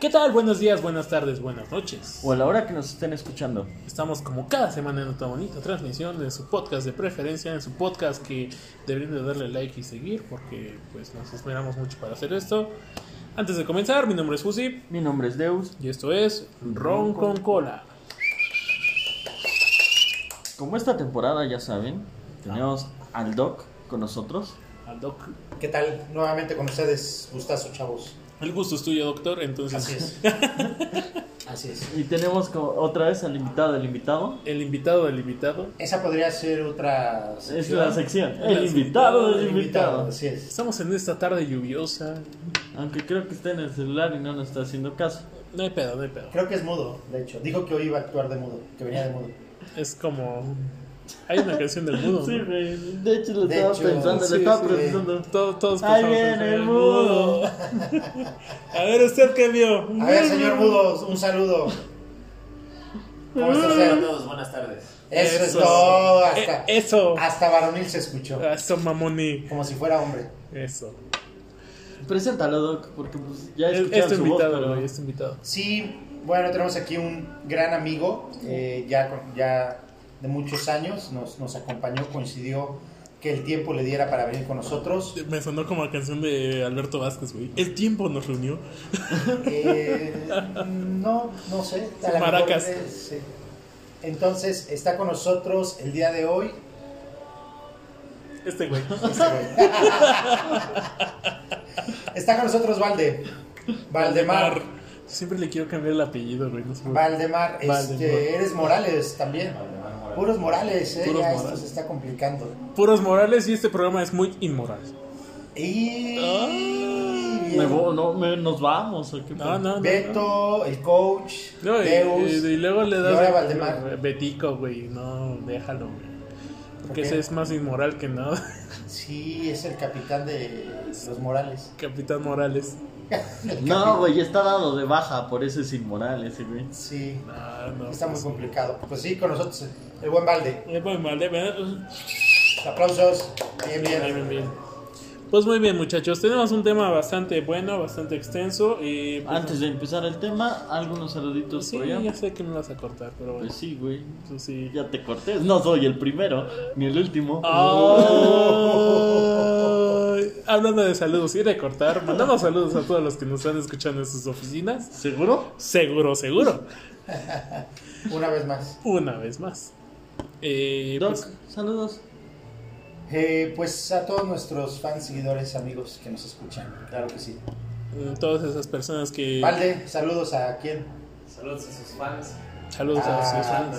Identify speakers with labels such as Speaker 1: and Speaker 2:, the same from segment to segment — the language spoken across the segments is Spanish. Speaker 1: ¿Qué tal? Buenos días, buenas tardes, buenas noches.
Speaker 2: O a la hora que nos estén escuchando.
Speaker 1: Estamos como cada semana en otra bonita transmisión de su podcast de preferencia, en su podcast que deberían de darle like y seguir porque pues nos esperamos mucho para hacer esto. Antes de comenzar, mi nombre es Fusi
Speaker 2: Mi nombre es Deus.
Speaker 1: y esto es Ron con Cola.
Speaker 2: Como esta temporada ya saben, tenemos al Doc con nosotros.
Speaker 1: Al doc.
Speaker 3: ¿Qué tal? Nuevamente con ustedes, gustazo, chavos.
Speaker 1: El gusto es tuyo, doctor, entonces
Speaker 3: Así es. Así es.
Speaker 2: Y tenemos como otra vez al invitado del invitado.
Speaker 1: el invitado del invitado.
Speaker 3: Esa podría ser otra
Speaker 2: Es la sección.
Speaker 1: El
Speaker 2: El invitado
Speaker 3: El
Speaker 2: del invitado.
Speaker 3: Así es.
Speaker 1: Estamos en esta tarde lluviosa.
Speaker 2: Aunque creo que está en el celular y no nos está haciendo caso.
Speaker 1: No hay pedo, no hay pedo.
Speaker 3: Creo que es mudo, de hecho. Dijo que hoy iba a actuar de mudo, que venía de mudo.
Speaker 1: Es como... Hay una canción del mudo.
Speaker 2: Sí,
Speaker 1: ¿no?
Speaker 2: güey. De hecho, lo
Speaker 3: De
Speaker 2: estaba
Speaker 3: hecho,
Speaker 2: pensando,
Speaker 3: sí,
Speaker 2: le estaba
Speaker 3: sí.
Speaker 2: preguntando.
Speaker 1: Todo- todos
Speaker 2: Ahí
Speaker 1: pensamos en
Speaker 2: viene
Speaker 1: ser
Speaker 2: el mudo.
Speaker 1: A ver, ¿usted qué vio? Eh,
Speaker 3: A ver, señor mudo, un saludo. ¿Cómo está usted?
Speaker 4: buenas tardes.
Speaker 3: Eso, es todo.
Speaker 1: Eh,
Speaker 3: Hasta,
Speaker 1: eso. Ah,
Speaker 3: hasta varonil se escuchó.
Speaker 1: Eso, mamoni.
Speaker 3: Como si fuera hombre.
Speaker 1: Eso.
Speaker 2: Preséntalo, Doc, porque pues, ya
Speaker 1: Es,
Speaker 2: escucharon
Speaker 1: este
Speaker 2: su
Speaker 1: invitado,
Speaker 2: voz, pero-
Speaker 1: güey, este invitado.
Speaker 3: Sí, bueno, tenemos aquí un gran amigo, eh, ya, con- ya de muchos años, nos, nos acompañó, coincidió que el tiempo le diera para venir con nosotros.
Speaker 1: Me sonó como la canción de Alberto Vázquez, güey. El tiempo nos reunió.
Speaker 3: Eh, no, no sé. a
Speaker 1: Son
Speaker 3: lo mejor,
Speaker 1: maracas.
Speaker 3: eh, sí. Entonces, está con nosotros el día de hoy.
Speaker 1: Este güey.
Speaker 3: este güey. está con nosotros Valde. Valdemar.
Speaker 1: Siempre le quiero cambiar el apellido, güey. No sé por qué.
Speaker 3: Valdemar, este,
Speaker 1: Valdemar.
Speaker 3: eres Morales también. Puros Morales, eh,
Speaker 1: Puros
Speaker 3: ya esto
Speaker 1: Morales.
Speaker 3: se está complicando.
Speaker 1: Puros Morales y este programa es muy inmoral.
Speaker 3: Y...
Speaker 1: Ah.
Speaker 2: Me vo- no, me- ¿Nos vamos o qué?
Speaker 1: No, no, no. no.
Speaker 3: Beto, el coach,
Speaker 1: No, y,
Speaker 3: Deus.
Speaker 1: y- y luego le
Speaker 3: y
Speaker 1: das.
Speaker 3: ahora Valdemar.
Speaker 1: Betico, güey. No, déjalo, güey. Porque
Speaker 3: Ok.
Speaker 1: ese es más inmoral que nada.
Speaker 3: Sí, es el capitán de los Morales.
Speaker 1: Capitán Morales.
Speaker 2: No, güey, ya está dado de baja, por eso es inmoral ese, güey.
Speaker 3: Sí,
Speaker 1: No, no.
Speaker 3: está muy complicado. Pues sí, con nosotros el buen Valde.
Speaker 1: Eh, pues, vale, ¿verdad?
Speaker 3: Aplausos. Bien,
Speaker 1: Bien,
Speaker 3: bien.
Speaker 1: bien, bien. Pues muy bien, muchachos. Tenemos un tema bastante bueno, bastante extenso. Y pues,
Speaker 2: Antes de empezar el tema, algunos saluditos
Speaker 1: sí,
Speaker 2: por allá.
Speaker 1: ya sé que me vas a cortar, pero bueno.
Speaker 2: Pues sí, güey.
Speaker 1: Eso sí.
Speaker 2: Ya te corté. No soy el primero, ni el último.
Speaker 1: Ah. Ay, hablando de saludos y de cortar, mandamos saludos a todos los que nos están escuchando en sus oficinas.
Speaker 2: ¿Seguro?
Speaker 1: Seguro, seguro.
Speaker 3: Una vez más.
Speaker 1: Una vez más. Eh,
Speaker 2: Doc,
Speaker 1: pues,
Speaker 2: saludos.
Speaker 3: Eh, pues a todos nuestros fans, seguidores, amigos que nos escuchan. Claro que sí.
Speaker 1: mm, todas esas personas que.
Speaker 3: Valde, saludos a quién?
Speaker 4: Saludos a sus fans.
Speaker 1: Saludos a sus
Speaker 3: Ah.
Speaker 1: fans.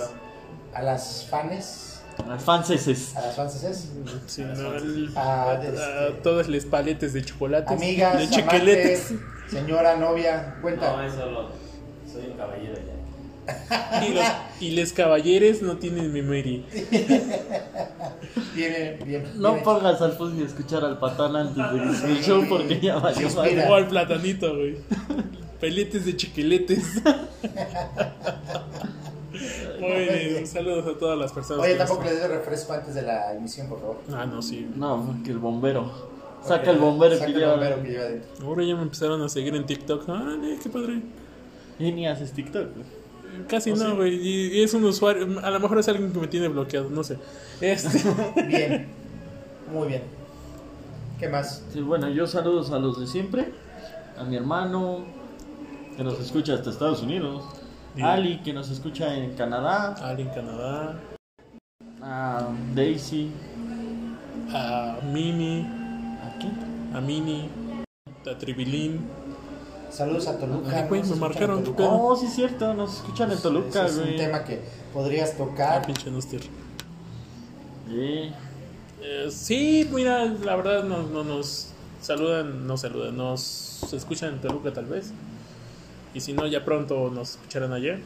Speaker 3: A las fans.
Speaker 2: Alfanceses.
Speaker 3: A las fans.
Speaker 1: Sí, no, el-
Speaker 3: Ah,
Speaker 1: a,
Speaker 3: de este.
Speaker 1: a todos los paletes de chocolates. de
Speaker 3: Amigas,
Speaker 1: chiqueletes.
Speaker 3: amantes, señora, novia, cuenta.
Speaker 4: No, eso lo. Soy un caballero ya.
Speaker 1: Y los, y les caballeres no tienen memoria.
Speaker 3: Viene, bien.
Speaker 2: No
Speaker 3: bien
Speaker 2: pongas al Fuzzy a escuchar al patán antes de del show porque ya valió
Speaker 3: Sí,
Speaker 2: madre.
Speaker 3: mira.
Speaker 1: O al platanito, güey. Peletes de chiquiletes. Muy bien, saludos a todas las
Speaker 3: hecho.
Speaker 1: personas.
Speaker 3: Oye,
Speaker 1: que nos-
Speaker 3: tampoco le des refresco antes de la emisión, por favor.
Speaker 1: Ah, no, sí.
Speaker 2: No, que el bombero. Saca el bombero
Speaker 3: Saca
Speaker 2: que
Speaker 3: el bombero que
Speaker 2: lleva.
Speaker 3: lleva adentro.
Speaker 1: Ahora ya me empezaron a seguir en TikTok. Ah, eh, qué padre.
Speaker 2: Y ni haces TikTok, güey.
Speaker 1: Casi no, güey. Y- Y es un usuario. A lo mejor es alguien que me tiene bloqueado, no sé. Este.
Speaker 3: Bien. Muy bien. ¿Qué más?
Speaker 2: Sí, bueno, yo saludos a los de siempre. A mi hermano, que nos escucha hasta Estados Unidos.
Speaker 1: Dile.
Speaker 2: Ali, que nos escucha en Canadá.
Speaker 1: Alguien en Canadá.
Speaker 2: A Daisy.
Speaker 1: A Mini.
Speaker 2: ¿A quién?
Speaker 1: A Mini. A Tribilín.
Speaker 3: Saludos a Toluca.
Speaker 1: Ay, güey,
Speaker 3: ¿no?
Speaker 1: me
Speaker 3: ¿Escuchan
Speaker 1: marcaron,
Speaker 3: en Toluca?
Speaker 1: qué pedo.
Speaker 2: Oh, sí es cierto, nos escuchan en Toluca,
Speaker 3: Ese es un
Speaker 2: güey.
Speaker 3: tema que podrías
Speaker 1: A
Speaker 3: tocar.
Speaker 1: pinche Noster.
Speaker 2: Sí.
Speaker 1: Eh, sí, mira, la verdad no, no nos saludan, no saludan, nos escuchan en Toluca tal vez. Y si no, ya pronto nos escucharán ayer.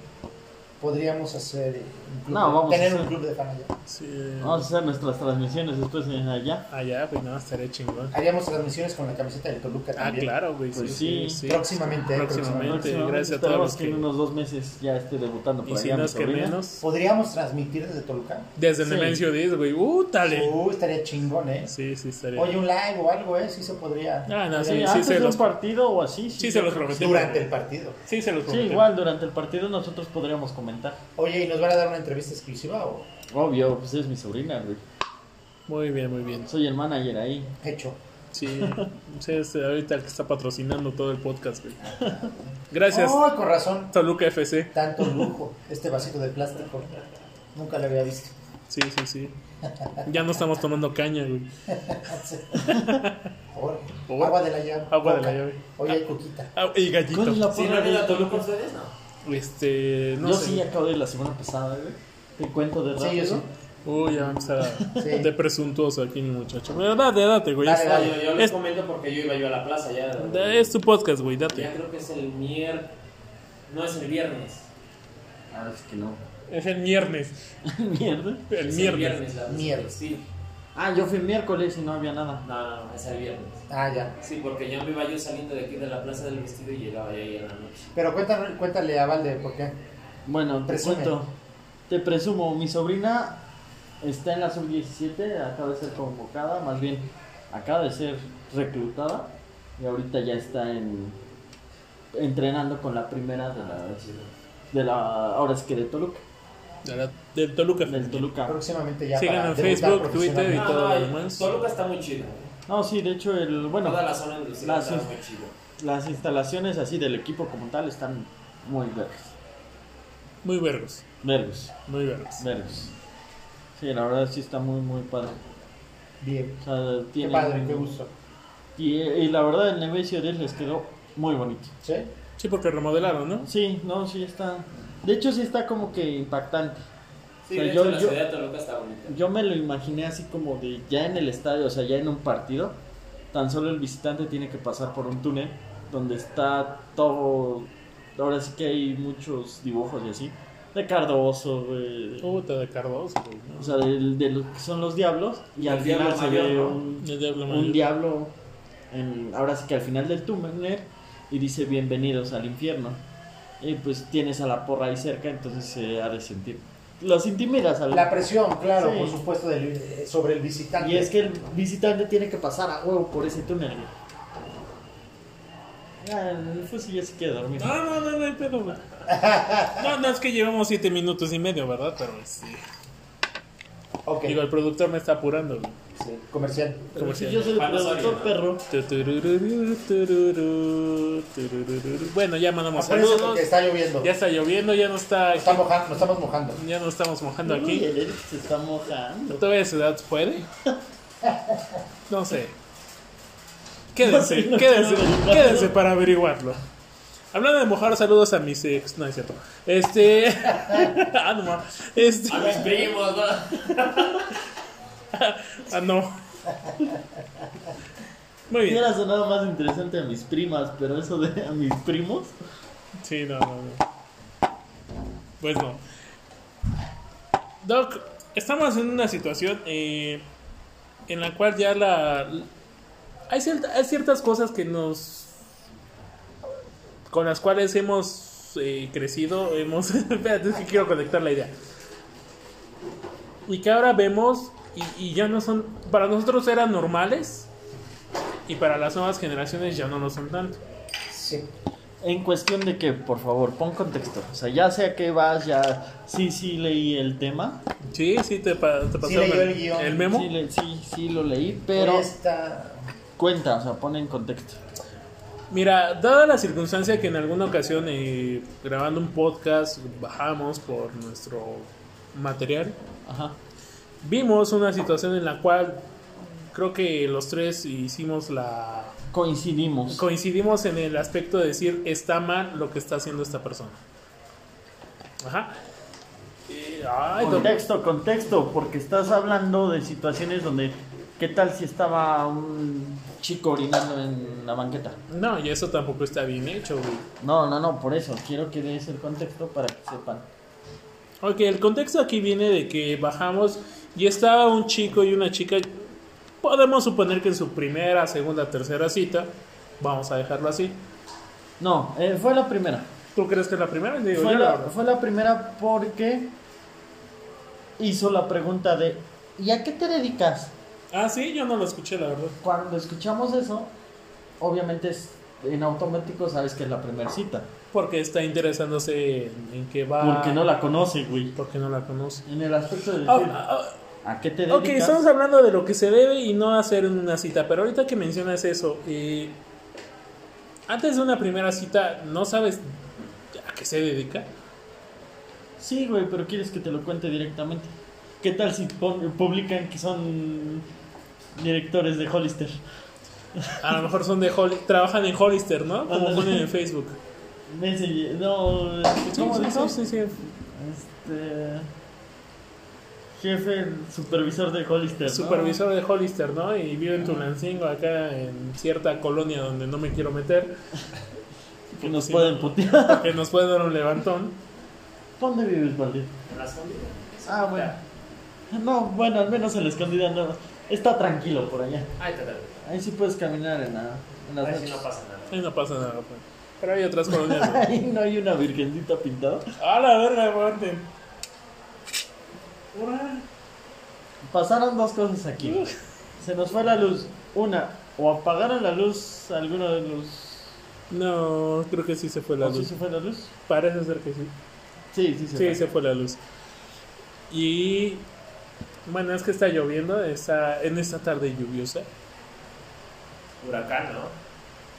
Speaker 3: Podríamos hacer. eh, un club
Speaker 2: No,
Speaker 3: de-
Speaker 2: vamos a
Speaker 3: Tener
Speaker 2: hacer-
Speaker 3: un club de fan allá.
Speaker 1: Sí.
Speaker 2: Vamos a hacer nuestras transmisiones después en allá.
Speaker 1: Allá, pues nada, estaré chingón.
Speaker 3: Haríamos transmisiones con la camiseta del Toluca
Speaker 1: Ah,
Speaker 3: también.
Speaker 1: claro, güey.
Speaker 2: Ah, Pues sí.
Speaker 3: Próximamente, eh,
Speaker 1: Próximamente, gracias a todos
Speaker 2: Esperamos
Speaker 1: los
Speaker 2: que en
Speaker 1: que.
Speaker 2: unos dos meses ya esté debutando por
Speaker 1: Y si
Speaker 2: allá
Speaker 1: no
Speaker 2: mi
Speaker 1: es que
Speaker 2: sobrina.
Speaker 1: menos.
Speaker 3: ¿Podríamos transmitir desde Toluca?
Speaker 1: Desde
Speaker 2: Sí.
Speaker 1: Nemencio 10, güey. ¡Uh, dale!
Speaker 3: Uh, estaría chingón, ¿eh?
Speaker 1: Sí, sí, estaría.
Speaker 3: Oye, un live o algo, ¿eh? Sí se podría.
Speaker 1: Ah, no,
Speaker 2: Sí,
Speaker 1: sí, sí
Speaker 2: antes
Speaker 1: se
Speaker 2: de
Speaker 1: los.
Speaker 2: un partido o así.
Speaker 1: Sí, se los prometemos.
Speaker 3: Durante el partido.
Speaker 1: Sí, se los
Speaker 2: Sí,
Speaker 1: prometemos.
Speaker 2: igual durante el partido nosotros podríamos comentar.
Speaker 3: Oye, ¿y nos van a dar una entrevista exclusiva o
Speaker 2: Obvio, pues es mi sobrina, güey.
Speaker 1: Muy bien, muy bien.
Speaker 2: Soy el manager ahí.
Speaker 3: hecho?
Speaker 1: Sí, sí, es ahorita el que está patrocinando todo el podcast, güey. Gracias,
Speaker 3: Ay, con razón.
Speaker 1: Toluca FC.
Speaker 3: Tanto lujo. Este vasito de plástico. Nunca lo había visto.
Speaker 1: Sí, sí, sí. Ya no estamos tomando caña, güey.
Speaker 3: Ahora,
Speaker 1: Ahora.
Speaker 3: Agua de la llave.
Speaker 1: Agua de
Speaker 3: Coca.
Speaker 1: la llave.
Speaker 3: Oye, hay coquita.
Speaker 1: Ah, y gallito.
Speaker 2: ¿Cuál es la
Speaker 4: ¿Sí
Speaker 2: porra
Speaker 4: no han
Speaker 2: de
Speaker 4: ido a
Speaker 2: la
Speaker 4: Toluca ustedes? No.
Speaker 1: Este, no
Speaker 2: Yo
Speaker 1: sé.
Speaker 2: sí acabo de ir la semana pasada, güey. Te cuento de rápido.
Speaker 3: Sí, yo sí.
Speaker 1: Uy, ya va a empezar a-
Speaker 3: Sí.
Speaker 1: de presuntuoso aquí mi muchacho. Pero date, date, güey.
Speaker 3: Dale,
Speaker 1: Es,
Speaker 4: No, yo, yo les
Speaker 1: Es-
Speaker 4: comento porque yo iba yo a la plaza ya.
Speaker 1: es tu podcast, güey,
Speaker 4: Ya
Speaker 1: date.
Speaker 4: creo que es el miércoles. No, es el viernes.
Speaker 2: Ah, es que no.
Speaker 1: Es el viernes.
Speaker 2: Mierda.
Speaker 1: El
Speaker 4: Es
Speaker 1: viernes.
Speaker 4: la-
Speaker 3: Miércoles.
Speaker 4: Sí.
Speaker 2: Ah, yo fui miércoles y no había nada.
Speaker 4: No, no, no, es el viernes.
Speaker 3: Ah, ya.
Speaker 4: Sí, porque ya me iba yo saliendo de aquí de la plaza del vestido y llegaba ya ahí en la noche.
Speaker 3: Pero cuéntale, cuéntale a Valde por qué.
Speaker 2: Bueno, te
Speaker 3: Presume.
Speaker 2: cuento. Te presumo, mi sobrina está en la sub-17, acaba de ser convocada, más bien acaba de ser reclutada y ahorita ya está en entrenando con la primera de la, de la ahora es que de Toluca,
Speaker 1: Ahora, Del Toluca.
Speaker 2: del Toluca.
Speaker 3: Próximamente ya.
Speaker 1: Sigan
Speaker 3: para
Speaker 1: en
Speaker 3: debutar
Speaker 1: Facebook, Twitter y
Speaker 3: profesionalmente.
Speaker 1: todo lo
Speaker 4: el-
Speaker 1: demás.
Speaker 4: Toluca está muy chido. güey.
Speaker 2: No, sí, de hecho el bueno,
Speaker 4: Toda la zona industrial
Speaker 2: la
Speaker 4: está
Speaker 2: sus-
Speaker 4: muy chido.
Speaker 2: las instalaciones así del equipo como tal están muy verdes.
Speaker 1: Muy vergos.
Speaker 2: Verdes,
Speaker 1: Muy vergos.
Speaker 2: verdes. Sí, la verdad sí está muy muy padre.
Speaker 3: Bien.
Speaker 2: O sea,
Speaker 3: Qué
Speaker 2: tienen-
Speaker 3: padre, qué gusto.
Speaker 2: Y, y la verdad, el Nemesio 10 les quedó muy bonito.
Speaker 3: ¿Sí?
Speaker 1: Sí, porque remodelaron, ¿no?
Speaker 2: Sí, no, sí está. De hecho, sí está como que impactante.
Speaker 4: Sí,
Speaker 2: O sea,
Speaker 4: de
Speaker 2: yo-
Speaker 4: hecho, la
Speaker 2: yo-
Speaker 4: ciudad de Toluca está bonita.
Speaker 2: Yo me lo imaginé así como de ya en el estadio, o sea, ya en un partido. Tan solo el visitante tiene que pasar por un túnel donde está todo. Ahora sí que hay muchos dibujos y así. De Cardoso, de-
Speaker 1: Puta de Cardoso, güey.
Speaker 2: o
Speaker 1: ¿no?
Speaker 2: sea, de, de lo que son los diablos. Y
Speaker 4: El
Speaker 2: al final
Speaker 4: diablo
Speaker 2: se
Speaker 4: mayor,
Speaker 2: ve
Speaker 4: ¿no?
Speaker 2: un,
Speaker 1: El diablo
Speaker 2: un
Speaker 1: mayor.
Speaker 2: diablo en- ahora sí que al final del túnel y dice bienvenidos al infierno y pues tienes a la porra ahí cerca entonces se ha de sentir los intimidas al
Speaker 3: La presión, claro,
Speaker 2: Sí.
Speaker 3: por supuesto, del- eh, sobre el visitante.
Speaker 2: y es que el visitante tiene que pasar a huevo por ese túnel güey. Ah, el fusil ya se queda dormido
Speaker 1: No, no, no, no hay pedo, güey. No, no, es que llevamos siete minutos y medio, ¿verdad? Pero este, sí.
Speaker 3: Ok,
Speaker 1: Digo, el productor me está apurando, güey.
Speaker 4: Sí.
Speaker 3: comercial.
Speaker 2: Pero si
Speaker 1: comercial.
Speaker 2: yo soy el
Speaker 4: Cuando
Speaker 2: productor
Speaker 4: soy, ¿no?
Speaker 2: perro
Speaker 1: Turururú, tururú, tururú. Bueno, ya mandamos
Speaker 3: Acuérdense
Speaker 1: saludos.
Speaker 3: porque está lloviendo.
Speaker 1: Ya está lloviendo, ya no está
Speaker 3: Nos, está
Speaker 1: aquí,
Speaker 3: mojando, nos estamos mojando.
Speaker 1: ya no estamos mojando
Speaker 2: Uy, eh.
Speaker 1: aquí.
Speaker 2: el Eric se está mojando
Speaker 1: ¿Todavía su edad puede? No sé. Quédense,
Speaker 2: No sé, no
Speaker 1: quédense,
Speaker 2: quiero averiguarlo.
Speaker 1: quédense para averiguarlo. Hablando de mojar, saludos a mis ex. No es cierto. Este. ah, no, ma. Este.
Speaker 4: A mis primos, ¿no?
Speaker 1: Ah, no. Muy bien.
Speaker 2: hubiera sonado más interesante a mis primas pero eso de a mis primos
Speaker 1: Sí, no, no, no. Pues no. Doc, estamos en una situación eh, en la cual ya la... Hay, cierta- hay ciertas cosas que nos... Con las cuales hemos eh, crecido, hemos... Espérate, es que quiero conectar la idea. Y que ahora vemos y, y ya no son... Para nosotros eran normales y para las nuevas generaciones ya no lo son tanto.
Speaker 3: Sí.
Speaker 2: En cuestión de que, por favor, pon contexto. O sea, ya sé a qué vas, ya sí, sí leí el tema.
Speaker 1: Sí, sí, te, pa- te pasaron
Speaker 3: leyó
Speaker 1: el,
Speaker 3: el guión.
Speaker 1: el memo.
Speaker 2: Sí, le- sí, sí lo leí, pero
Speaker 3: Hoy está-
Speaker 2: cuenta, o sea, pon en contexto.
Speaker 1: Mira, dada la circunstancia que en alguna ocasión eh, grabando un podcast bajamos por nuestro material,
Speaker 2: Ajá.
Speaker 1: vimos una situación en la cual creo que los tres hicimos la...
Speaker 2: Coincidimos.
Speaker 1: Coincidimos en el aspecto de decir está mal lo que está haciendo esta persona. Ajá. Eh, ay, doc-
Speaker 2: contexto, contexto, porque estás hablando de situaciones donde, ¿qué tal si estaba un chico orinando en la banqueta?
Speaker 1: no, y eso tampoco está bien hecho, güey.
Speaker 2: No, no, no, por eso, quiero que des el contexto para que sepan.
Speaker 1: Ok, el contexto aquí viene de que bajamos Y estaba un chico y una chica. Podemos suponer que en su primera, segunda, tercera cita, vamos a dejarlo así.
Speaker 2: No, eh, fue la primera.
Speaker 1: ¿Tú crees que es la primera? Digo,
Speaker 2: Fue
Speaker 1: yo la
Speaker 2: la,
Speaker 1: verdad.
Speaker 2: fue la primera porque hizo la pregunta de ¿y a qué te dedicas?
Speaker 1: Ah, sí, yo no lo escuché, la verdad.
Speaker 2: Cuando escuchamos eso, obviamente es- en automático sabes que es la primera cita.
Speaker 1: Porque está interesándose en, en qué va.
Speaker 2: Porque no la conoce, güey.
Speaker 1: Porque no la conoce.
Speaker 2: En el aspecto de decir,
Speaker 1: Ah, ah,
Speaker 2: ¿a qué te dedicas?
Speaker 1: ok, estamos hablando de lo que se debe y no hacer en una cita. Pero ahorita que mencionas eso, eh, antes de una primera cita, ¿no sabes a qué se dedica?
Speaker 2: Sí, güey, pero quieres que te lo cuente directamente. ¿Qué tal si pon- publican que son directores de Hollister?
Speaker 1: A lo mejor son de Hollister, trabajan en Hollister, ¿no? Como
Speaker 2: Ándale.
Speaker 1: ponen en Facebook.
Speaker 2: Messenger- No,
Speaker 1: Sí,
Speaker 2: ¿cómo
Speaker 1: sí,
Speaker 2: dijo?
Speaker 1: sí, sí, sí.
Speaker 2: Este. Jefe, supervisor de Hollister. ¿no?
Speaker 1: Supervisor de Hollister, ¿no? Y vive en Tulancingo, acá en cierta colonia donde no me quiero meter,
Speaker 2: Que nos
Speaker 1: Sí.
Speaker 2: pueden putear.
Speaker 1: que nos puede dar un levantón.
Speaker 2: ¿Dónde vives, Valdir?
Speaker 4: En la escondida.
Speaker 2: Ah, bueno. No, bueno, al menos en la escondida no. Está tranquilo por allá.
Speaker 4: Ahí está, tal.
Speaker 2: Ahí sí puedes caminar en, la, en las
Speaker 4: Ahí sí
Speaker 2: noches.
Speaker 4: no pasa nada.
Speaker 1: Ahí no pasa nada, pues. Pero hay otras colonias. güey.
Speaker 2: Ahí no hay una virgencita pintada.
Speaker 1: A la verga, aguanten. Ura.
Speaker 2: Pasaron dos cosas aquí. Se nos fue la luz. Una, o apagaron la luz alguno de los.
Speaker 1: No, creo que Oh, sí se fue la
Speaker 2: ¿O sí
Speaker 1: luz.
Speaker 2: se fue la luz?
Speaker 1: Parece ser que sí.
Speaker 2: Sí, sí se
Speaker 1: Sí,
Speaker 2: fue.
Speaker 1: se fue la luz. Y bueno, es que está lloviendo está en esta tarde lluviosa.
Speaker 4: Huracán, ¿no?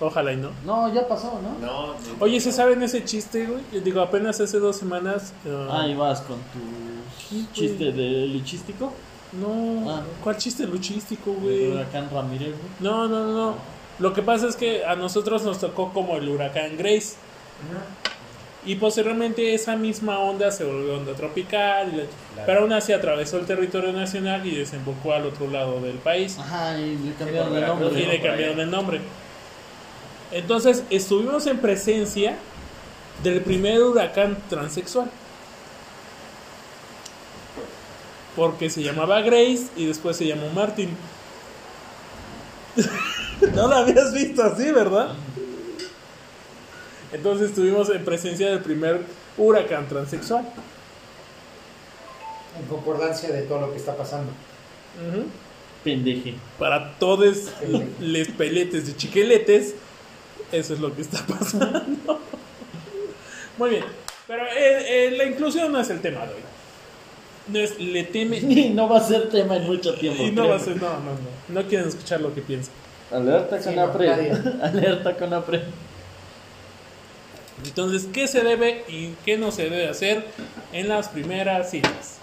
Speaker 1: Ojalá y no.
Speaker 2: No, ya pasó, ¿no?
Speaker 4: No.
Speaker 1: Oye, ¿se saben ese chiste, güey? Yo Digo, apenas hace dos semanas. eh,
Speaker 2: Ahí vas con tu
Speaker 1: Sí,
Speaker 2: chiste de luchístico.
Speaker 1: No,
Speaker 2: Ah.
Speaker 1: ¿cuál chiste luchístico,
Speaker 2: El
Speaker 1: güey?
Speaker 2: huracán Ramírez, güey.
Speaker 1: No, no, no, no. Lo que pasa es que a nosotros nos tocó como el huracán Grace. Y posteriormente esa misma onda se volvió onda tropical. y la- Pero aún así atravesó el territorio nacional y desembocó al otro lado del país.
Speaker 2: Ajá, y le cambiaron
Speaker 4: por
Speaker 2: el
Speaker 4: Veracruz,
Speaker 1: y le
Speaker 2: nombre.
Speaker 4: ¿no? por
Speaker 1: cambiaron
Speaker 4: ahí.
Speaker 1: el nombre. Entonces estuvimos en presencia del primer huracán transexual. Porque se llamaba Grace y después se llamó Martin. no la habías visto así, ¿verdad? Entonces estuvimos en presencia del primer huracán transexual.
Speaker 3: En concordancia de todo lo que está pasando.
Speaker 1: Ujú.
Speaker 2: Pendeje.
Speaker 1: Para todos los peletes y chiqueletes, eso es lo que está pasando. Muy bien, pero eh, eh, la inclusión no es el tema de hoy. No es, le teme.
Speaker 2: Y no va a ser tema en mucho tiempo.
Speaker 1: Y no va a
Speaker 2: créeme.
Speaker 1: ser, no, no, no. No quieren escuchar lo que piensan.
Speaker 2: Alerta
Speaker 3: Sí,
Speaker 2: con
Speaker 3: no,
Speaker 2: APRE.
Speaker 3: nadie.
Speaker 2: Alerta con APRE.
Speaker 1: Entonces, ¿qué se debe y qué no se debe hacer en las primeras citas?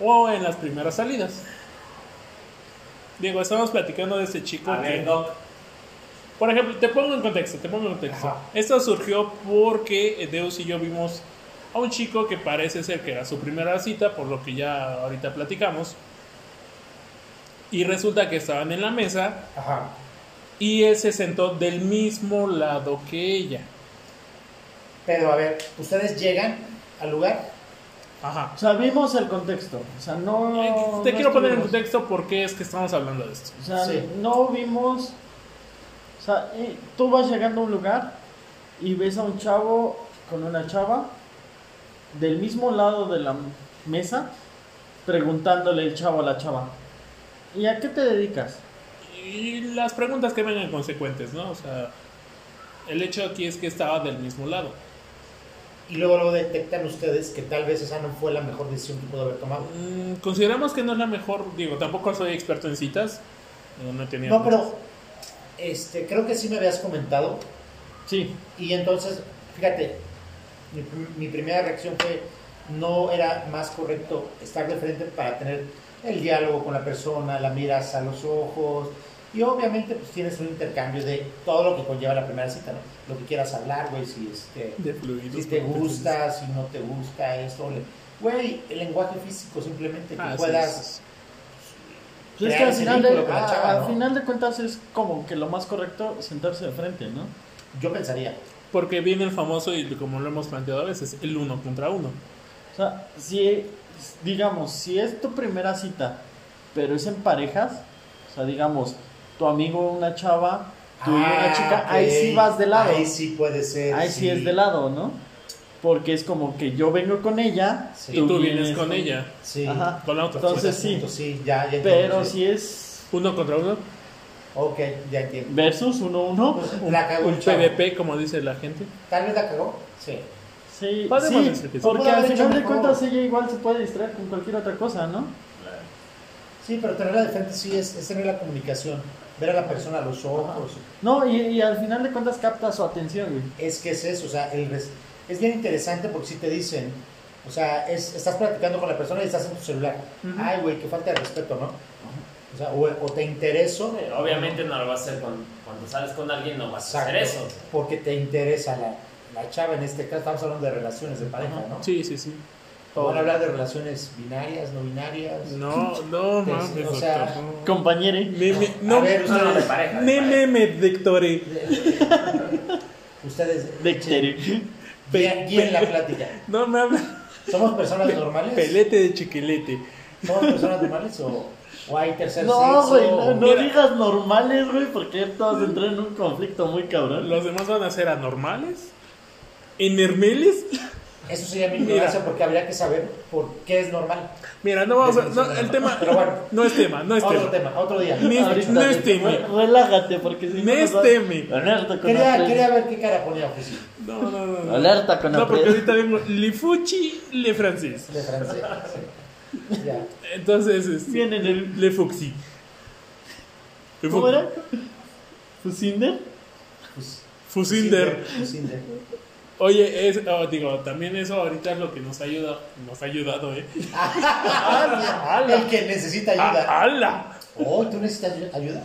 Speaker 1: O en las primeras salidas. Diego, estamos platicando de este chico.
Speaker 4: A
Speaker 1: que-
Speaker 4: ver, Doc.
Speaker 1: Por ejemplo, te pongo en contexto, te pongo en contexto.
Speaker 3: Ajá.
Speaker 1: Esto surgió porque Deus y yo vimos a un chico que parece ser que era su primera cita, por lo que ya ahorita platicamos. Y resulta que estaban en la mesa
Speaker 3: Ajá.
Speaker 1: y él se sentó del mismo lado que ella.
Speaker 3: Pero a ver, ustedes llegan al lugar.
Speaker 1: Ajá.
Speaker 2: O sea, vimos el contexto. O sea, no.
Speaker 1: Eh, te
Speaker 2: no
Speaker 1: quiero poner en
Speaker 2: estuvimos-
Speaker 1: contexto por qué es que estamos hablando de esto.
Speaker 2: O sea,
Speaker 3: Sí.
Speaker 2: no vimos. O sea, eh, tú vas llegando a un lugar y ves a un chavo con una chava del mismo lado de la mesa preguntándole el chavo a la chava. ¿Y a qué te dedicas?
Speaker 1: Y las preguntas que vengan consecuentes, ¿no? O sea, el hecho aquí es que estaba del mismo lado.
Speaker 3: Y luego, luego detectan ustedes que tal vez esa no fue la mejor decisión que pudo haber tomado.
Speaker 1: Mm, Consideramos que no es la mejor, digo, tampoco soy experto en citas. No, no tenía.
Speaker 3: No, pero este, creo que sí me habías comentado.
Speaker 2: Sí,
Speaker 3: Y entonces, fíjate, mi, prim- mi primera reacción fue, no era más correcto estar de frente para tener el diálogo con la persona, la miras a los ojos. Y obviamente pues tienes un intercambio de todo lo que conlleva la primera cita, ¿no? Lo que quieras hablar, güey, si este...
Speaker 1: de fluidos.
Speaker 3: si te
Speaker 1: como
Speaker 3: gusta, si no te gusta, esto. le- Güey, el lenguaje físico simplemente que
Speaker 1: Ah, sí,
Speaker 3: puedas.
Speaker 1: sí, sí.
Speaker 2: Pues es
Speaker 3: crear
Speaker 2: que al
Speaker 3: ese
Speaker 2: final,
Speaker 3: vínculo
Speaker 2: de,
Speaker 3: con la
Speaker 2: a-
Speaker 3: chava,
Speaker 2: al
Speaker 3: ¿no?
Speaker 2: final de cuentas es como que lo más correcto sentarse de frente, ¿no?
Speaker 3: Yo pensaría.
Speaker 1: Porque viene el famoso, y como lo hemos planteado a veces, el uno contra uno.
Speaker 2: O sea, si, e, digamos, si es tu primera cita, pero es en parejas, o sea, digamos, tu amigo una chava, tú y una
Speaker 3: Ah,
Speaker 2: chica, ahí
Speaker 3: ok.
Speaker 2: sí vas de lado.
Speaker 3: Ahí sí puede ser.
Speaker 2: Ahí sí es de lado, ¿no? Porque es como que yo vengo con ella
Speaker 3: Sí.
Speaker 1: Y tú vienes con ella.
Speaker 3: Sí.
Speaker 2: Ajá.
Speaker 1: Con la otra.
Speaker 2: Entonces sí,
Speaker 3: Punto, sí, ya, ya
Speaker 2: pero
Speaker 3: entiendo,
Speaker 2: si es
Speaker 1: Uno contra uno.
Speaker 3: Ok, ya entiendo. Pues,
Speaker 2: versus uno uno, pues,
Speaker 3: La cagó
Speaker 1: Un
Speaker 3: el chavo.
Speaker 1: PvP, como dice la gente.
Speaker 3: Tal vez la cagó. Sí.
Speaker 2: sí,
Speaker 1: Podemos
Speaker 2: sí,
Speaker 1: decir que sí.
Speaker 2: porque
Speaker 3: Pudo
Speaker 2: al
Speaker 3: haber hecho
Speaker 2: final de
Speaker 3: mejor.
Speaker 2: cuentas ella igual se puede distraer con cualquier otra cosa, ¿no?
Speaker 3: Sí, pero tenerla de frente sí es, es tener la comunicación. Ver a la persona a los ojos.
Speaker 2: No, y, y al final de cuentas capta su atención, güey.
Speaker 3: Es que es eso. O sea, el res- es bien interesante porque si te dicen. O sea, es, estás platicando con la persona y estás en tu celular.
Speaker 2: Ujú.
Speaker 3: Ay, güey, qué falta de respeto, ¿no? O sea, o, o te intereso.
Speaker 4: Eh, Obviamente no lo vas a hacer con, cuando sales con alguien, no vas a hacer eso.
Speaker 3: Porque te interesa la, la chava. En este caso estamos hablando de relaciones de pareja, ¿no?
Speaker 1: Sí, sí, sí.
Speaker 3: Van a hablar de relaciones binarias, no binarias.
Speaker 1: No, no
Speaker 3: Sí,
Speaker 1: mames,
Speaker 3: o
Speaker 1: doctor.
Speaker 3: sea,
Speaker 1: no.
Speaker 2: Compañere.
Speaker 1: Me- me- no,
Speaker 3: A ver,
Speaker 4: No, no, de pareja. de
Speaker 1: me- me-
Speaker 4: pareja.
Speaker 1: me, doctore.
Speaker 3: Ustedes
Speaker 2: Dexter.
Speaker 3: guíen, guíen la plática.
Speaker 1: No mames.
Speaker 3: ¿Somos personas normales?
Speaker 1: Pelete de chiquilete.
Speaker 3: ¿Somos personas normales o, o hay tercer
Speaker 2: No,
Speaker 3: sexo?
Speaker 2: güey, no, no
Speaker 1: Mira.
Speaker 2: digas normales, güey, porque todos entran en un conflicto muy cabrón.
Speaker 1: Los demás van a ser anormales. Enermeles.
Speaker 3: Eso sería mi
Speaker 1: Mira.
Speaker 3: ignorancia porque habría que saber por qué es normal.
Speaker 1: Mira, no vamos a. no, el tema.
Speaker 3: Pero bueno.
Speaker 1: No es tema, no es
Speaker 3: otro
Speaker 1: tema.
Speaker 3: tema, otro día.
Speaker 1: Ni-
Speaker 2: Ahorita,
Speaker 1: no
Speaker 2: güey,
Speaker 1: estime.
Speaker 2: re- Relájate, porque si no. nos va-
Speaker 1: Nésteme.
Speaker 2: Alerta con
Speaker 3: Quería,
Speaker 2: aprende.
Speaker 3: quería ver qué cara ponía Fusi
Speaker 1: No, no, no. no.
Speaker 2: Alerta con
Speaker 1: No, porque ahorita
Speaker 2: aprende.
Speaker 1: vengo le fuchi, le francés.
Speaker 3: de francés. Sí. Ya.
Speaker 1: Entonces, este,
Speaker 2: Viene en el-
Speaker 1: le fuxi. Le
Speaker 2: ¿Cómo
Speaker 1: fu-
Speaker 2: era? ¿Pues ¿Fusinder?
Speaker 3: Fus-
Speaker 1: Fusinder.
Speaker 3: pues, Fusinder.
Speaker 1: Oye, es, oh, digo, también eso ahorita es lo que nos ayuda, nos ha ayudado, ¿eh?
Speaker 3: El que necesita ayuda.
Speaker 1: ¡Ah, ¡Hala!
Speaker 3: Oh, ¿tú necesitas ayu- ayuda?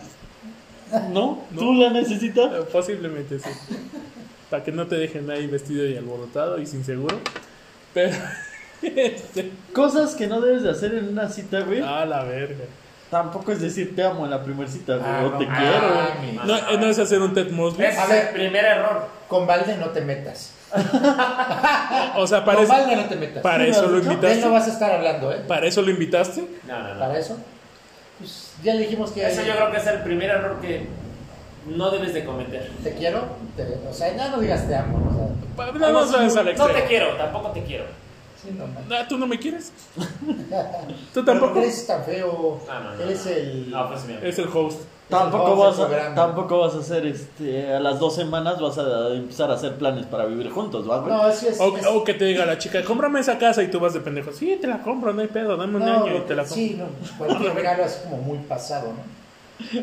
Speaker 2: ¿No?
Speaker 1: No.
Speaker 2: ¿Tú la necesitas?
Speaker 1: Eh, Posiblemente sí. Para que no te dejen ahí vestido y alborotado y sin seguro. Pero. este,
Speaker 2: Cosas que no debes de hacer en una cita, güey.
Speaker 1: a la verga.
Speaker 2: Tampoco es decir te amo en la primera cita, güey.
Speaker 3: Ah,
Speaker 2: o
Speaker 3: no
Speaker 2: te
Speaker 3: mames.
Speaker 2: quiero, güey.
Speaker 3: Mami.
Speaker 1: No, eh, no es hacer un Ted Mosby.
Speaker 4: Ese
Speaker 3: A
Speaker 4: es
Speaker 3: ver.
Speaker 4: el primer error.
Speaker 3: Con balde no te metas.
Speaker 1: O sea, para
Speaker 3: Con
Speaker 1: eso,
Speaker 3: balde no te metas.
Speaker 1: para eso lo
Speaker 3: De él no
Speaker 1: invitaste.
Speaker 3: vas a estar hablando, ¿eh?
Speaker 1: Para eso lo invitaste.
Speaker 4: No, no, no.
Speaker 3: Para eso. Pues ya le dijimos que.
Speaker 4: Eso yo creo que es el primer error que no debes de cometer.
Speaker 3: Te quiero. te- o sea, ya no digas te amo. O sea,
Speaker 1: Pa- No, no, sabes, Alex.
Speaker 4: No te quiero, tampoco te quiero.
Speaker 3: sí, no man.
Speaker 1: Ah, tú no me quieres. Tú
Speaker 3: Pero ¿por
Speaker 1: tampoco.
Speaker 3: qué eres tan feo?
Speaker 4: Ah, no, no,
Speaker 3: Eres
Speaker 4: no.
Speaker 3: el.
Speaker 4: No, pues mira.
Speaker 1: Es el host.
Speaker 2: Tampoco
Speaker 3: vamos
Speaker 2: vas,
Speaker 3: al
Speaker 2: a,
Speaker 3: programa.
Speaker 2: tampoco vas a hacer, este, a las dos semanas vas a empezar a hacer planes para vivir juntos, ¿va, güey?
Speaker 3: No, es que es.
Speaker 1: O,
Speaker 3: es-
Speaker 1: o que te diga la chica, cómprame esa casa y tú vas de pendejo. Sí, te la compro, no hay pedo, dame un
Speaker 3: no,
Speaker 1: año y te la compro.
Speaker 3: sí, no, pues, cualquier regalo es como muy pasado, ¿no?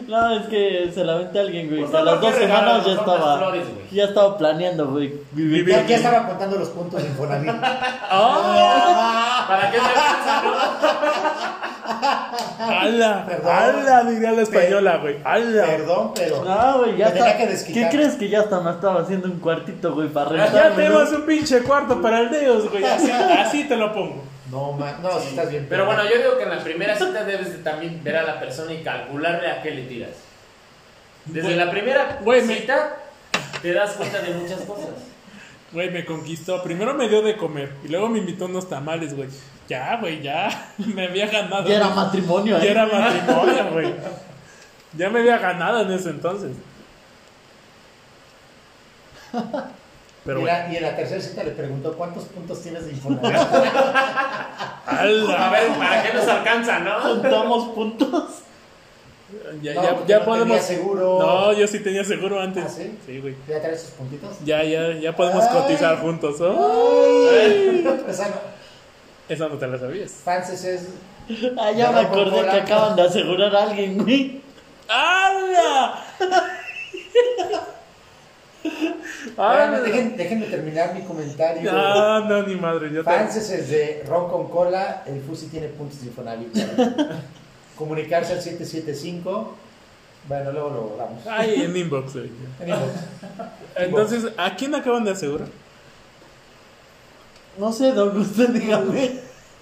Speaker 2: No, es que se la vente a alguien, güey.
Speaker 4: Pues
Speaker 2: a
Speaker 4: no,
Speaker 2: las
Speaker 4: no,
Speaker 2: dos
Speaker 4: que regalo,
Speaker 2: semanas ya
Speaker 4: mejor las
Speaker 2: estaba,
Speaker 4: flores, güey.
Speaker 2: ya estaba planeando, güey, vivir.
Speaker 1: Vivir.
Speaker 3: Ya, ya estaba contando los puntos de Infonavit.
Speaker 1: ¡Ah!
Speaker 4: ¿Para qué me pasa, no?
Speaker 1: ¡Hala!
Speaker 3: Perdón.
Speaker 1: ¡Hala! Diría la española, güey. ¡Hala!
Speaker 3: Perdón, pero.
Speaker 1: Ah.
Speaker 2: No, güey, ya
Speaker 3: Me tenía
Speaker 2: está.
Speaker 3: que
Speaker 2: ¿Qué
Speaker 3: desquitar.
Speaker 2: crees que ya hasta me estaba haciendo un cuartito, güey, para
Speaker 1: Ya
Speaker 2: rentarme?
Speaker 1: tenemos
Speaker 2: ¿no?
Speaker 1: un pinche cuarto para el dedos, güey. Así, así te lo pongo.
Speaker 3: No, man, no, si estás bien.
Speaker 4: Pero bueno, yo digo que en la primera cita debes de también ver a la persona y calcularle a qué le tiras. Desde
Speaker 1: Güey.
Speaker 4: la primera
Speaker 1: Güey, me-
Speaker 4: cita te das cuenta de muchas cosas.
Speaker 1: Güey, me conquistó. Primero me dio de comer y luego me invitó unos tamales, güey. Ya, güey, ya. Me había ganado.
Speaker 2: Ya era matrimonio,
Speaker 1: Ya
Speaker 2: ¿eh?
Speaker 1: era matrimonio, güey. Ya me había ganado en ese entonces. Pero
Speaker 3: y,
Speaker 1: bueno.
Speaker 3: la- y en la tercera cita le preguntó cuántos puntos tienes de Infonavit.
Speaker 4: A
Speaker 1: ¡Hala!
Speaker 4: ver, ¿para qué nos alcanza, no?
Speaker 2: Juntamos puntos.
Speaker 1: Ya,
Speaker 3: No,
Speaker 1: ya,
Speaker 3: porque
Speaker 1: ya
Speaker 3: no
Speaker 1: podemos.
Speaker 3: tenía seguro.
Speaker 1: No, yo sí tenía seguro antes.
Speaker 3: ¿Ah, sí?
Speaker 1: güey.
Speaker 3: ¿Ya traes tus puntitos?
Speaker 1: Ya, ya, ya podemos
Speaker 3: Ay.
Speaker 1: cotizar juntos. Oh,
Speaker 3: Ay, esa no.
Speaker 1: Esa no te la sabías.
Speaker 3: Frances es.
Speaker 2: Ah, ya
Speaker 3: Ya
Speaker 2: me
Speaker 3: no compró
Speaker 2: acordé que
Speaker 3: la-
Speaker 2: acaban de asegurar a alguien, güey.
Speaker 1: ¡Hala!
Speaker 3: Espérame,
Speaker 1: ¡Hala!
Speaker 3: dejen- déjenme terminar mi comentario.
Speaker 1: Ah, No, Ah, no, ni madre. Yo te...
Speaker 3: Frances es de Ron con cola, el Fusi tiene puntos de Infonavit. Comunicarse al 775. Bueno, luego lo damos.
Speaker 1: Ay, en inbox, güey.
Speaker 3: Venimos.
Speaker 1: Entonces, ¿a quién acaban de asegurar?
Speaker 2: No sé, don, usted dígame.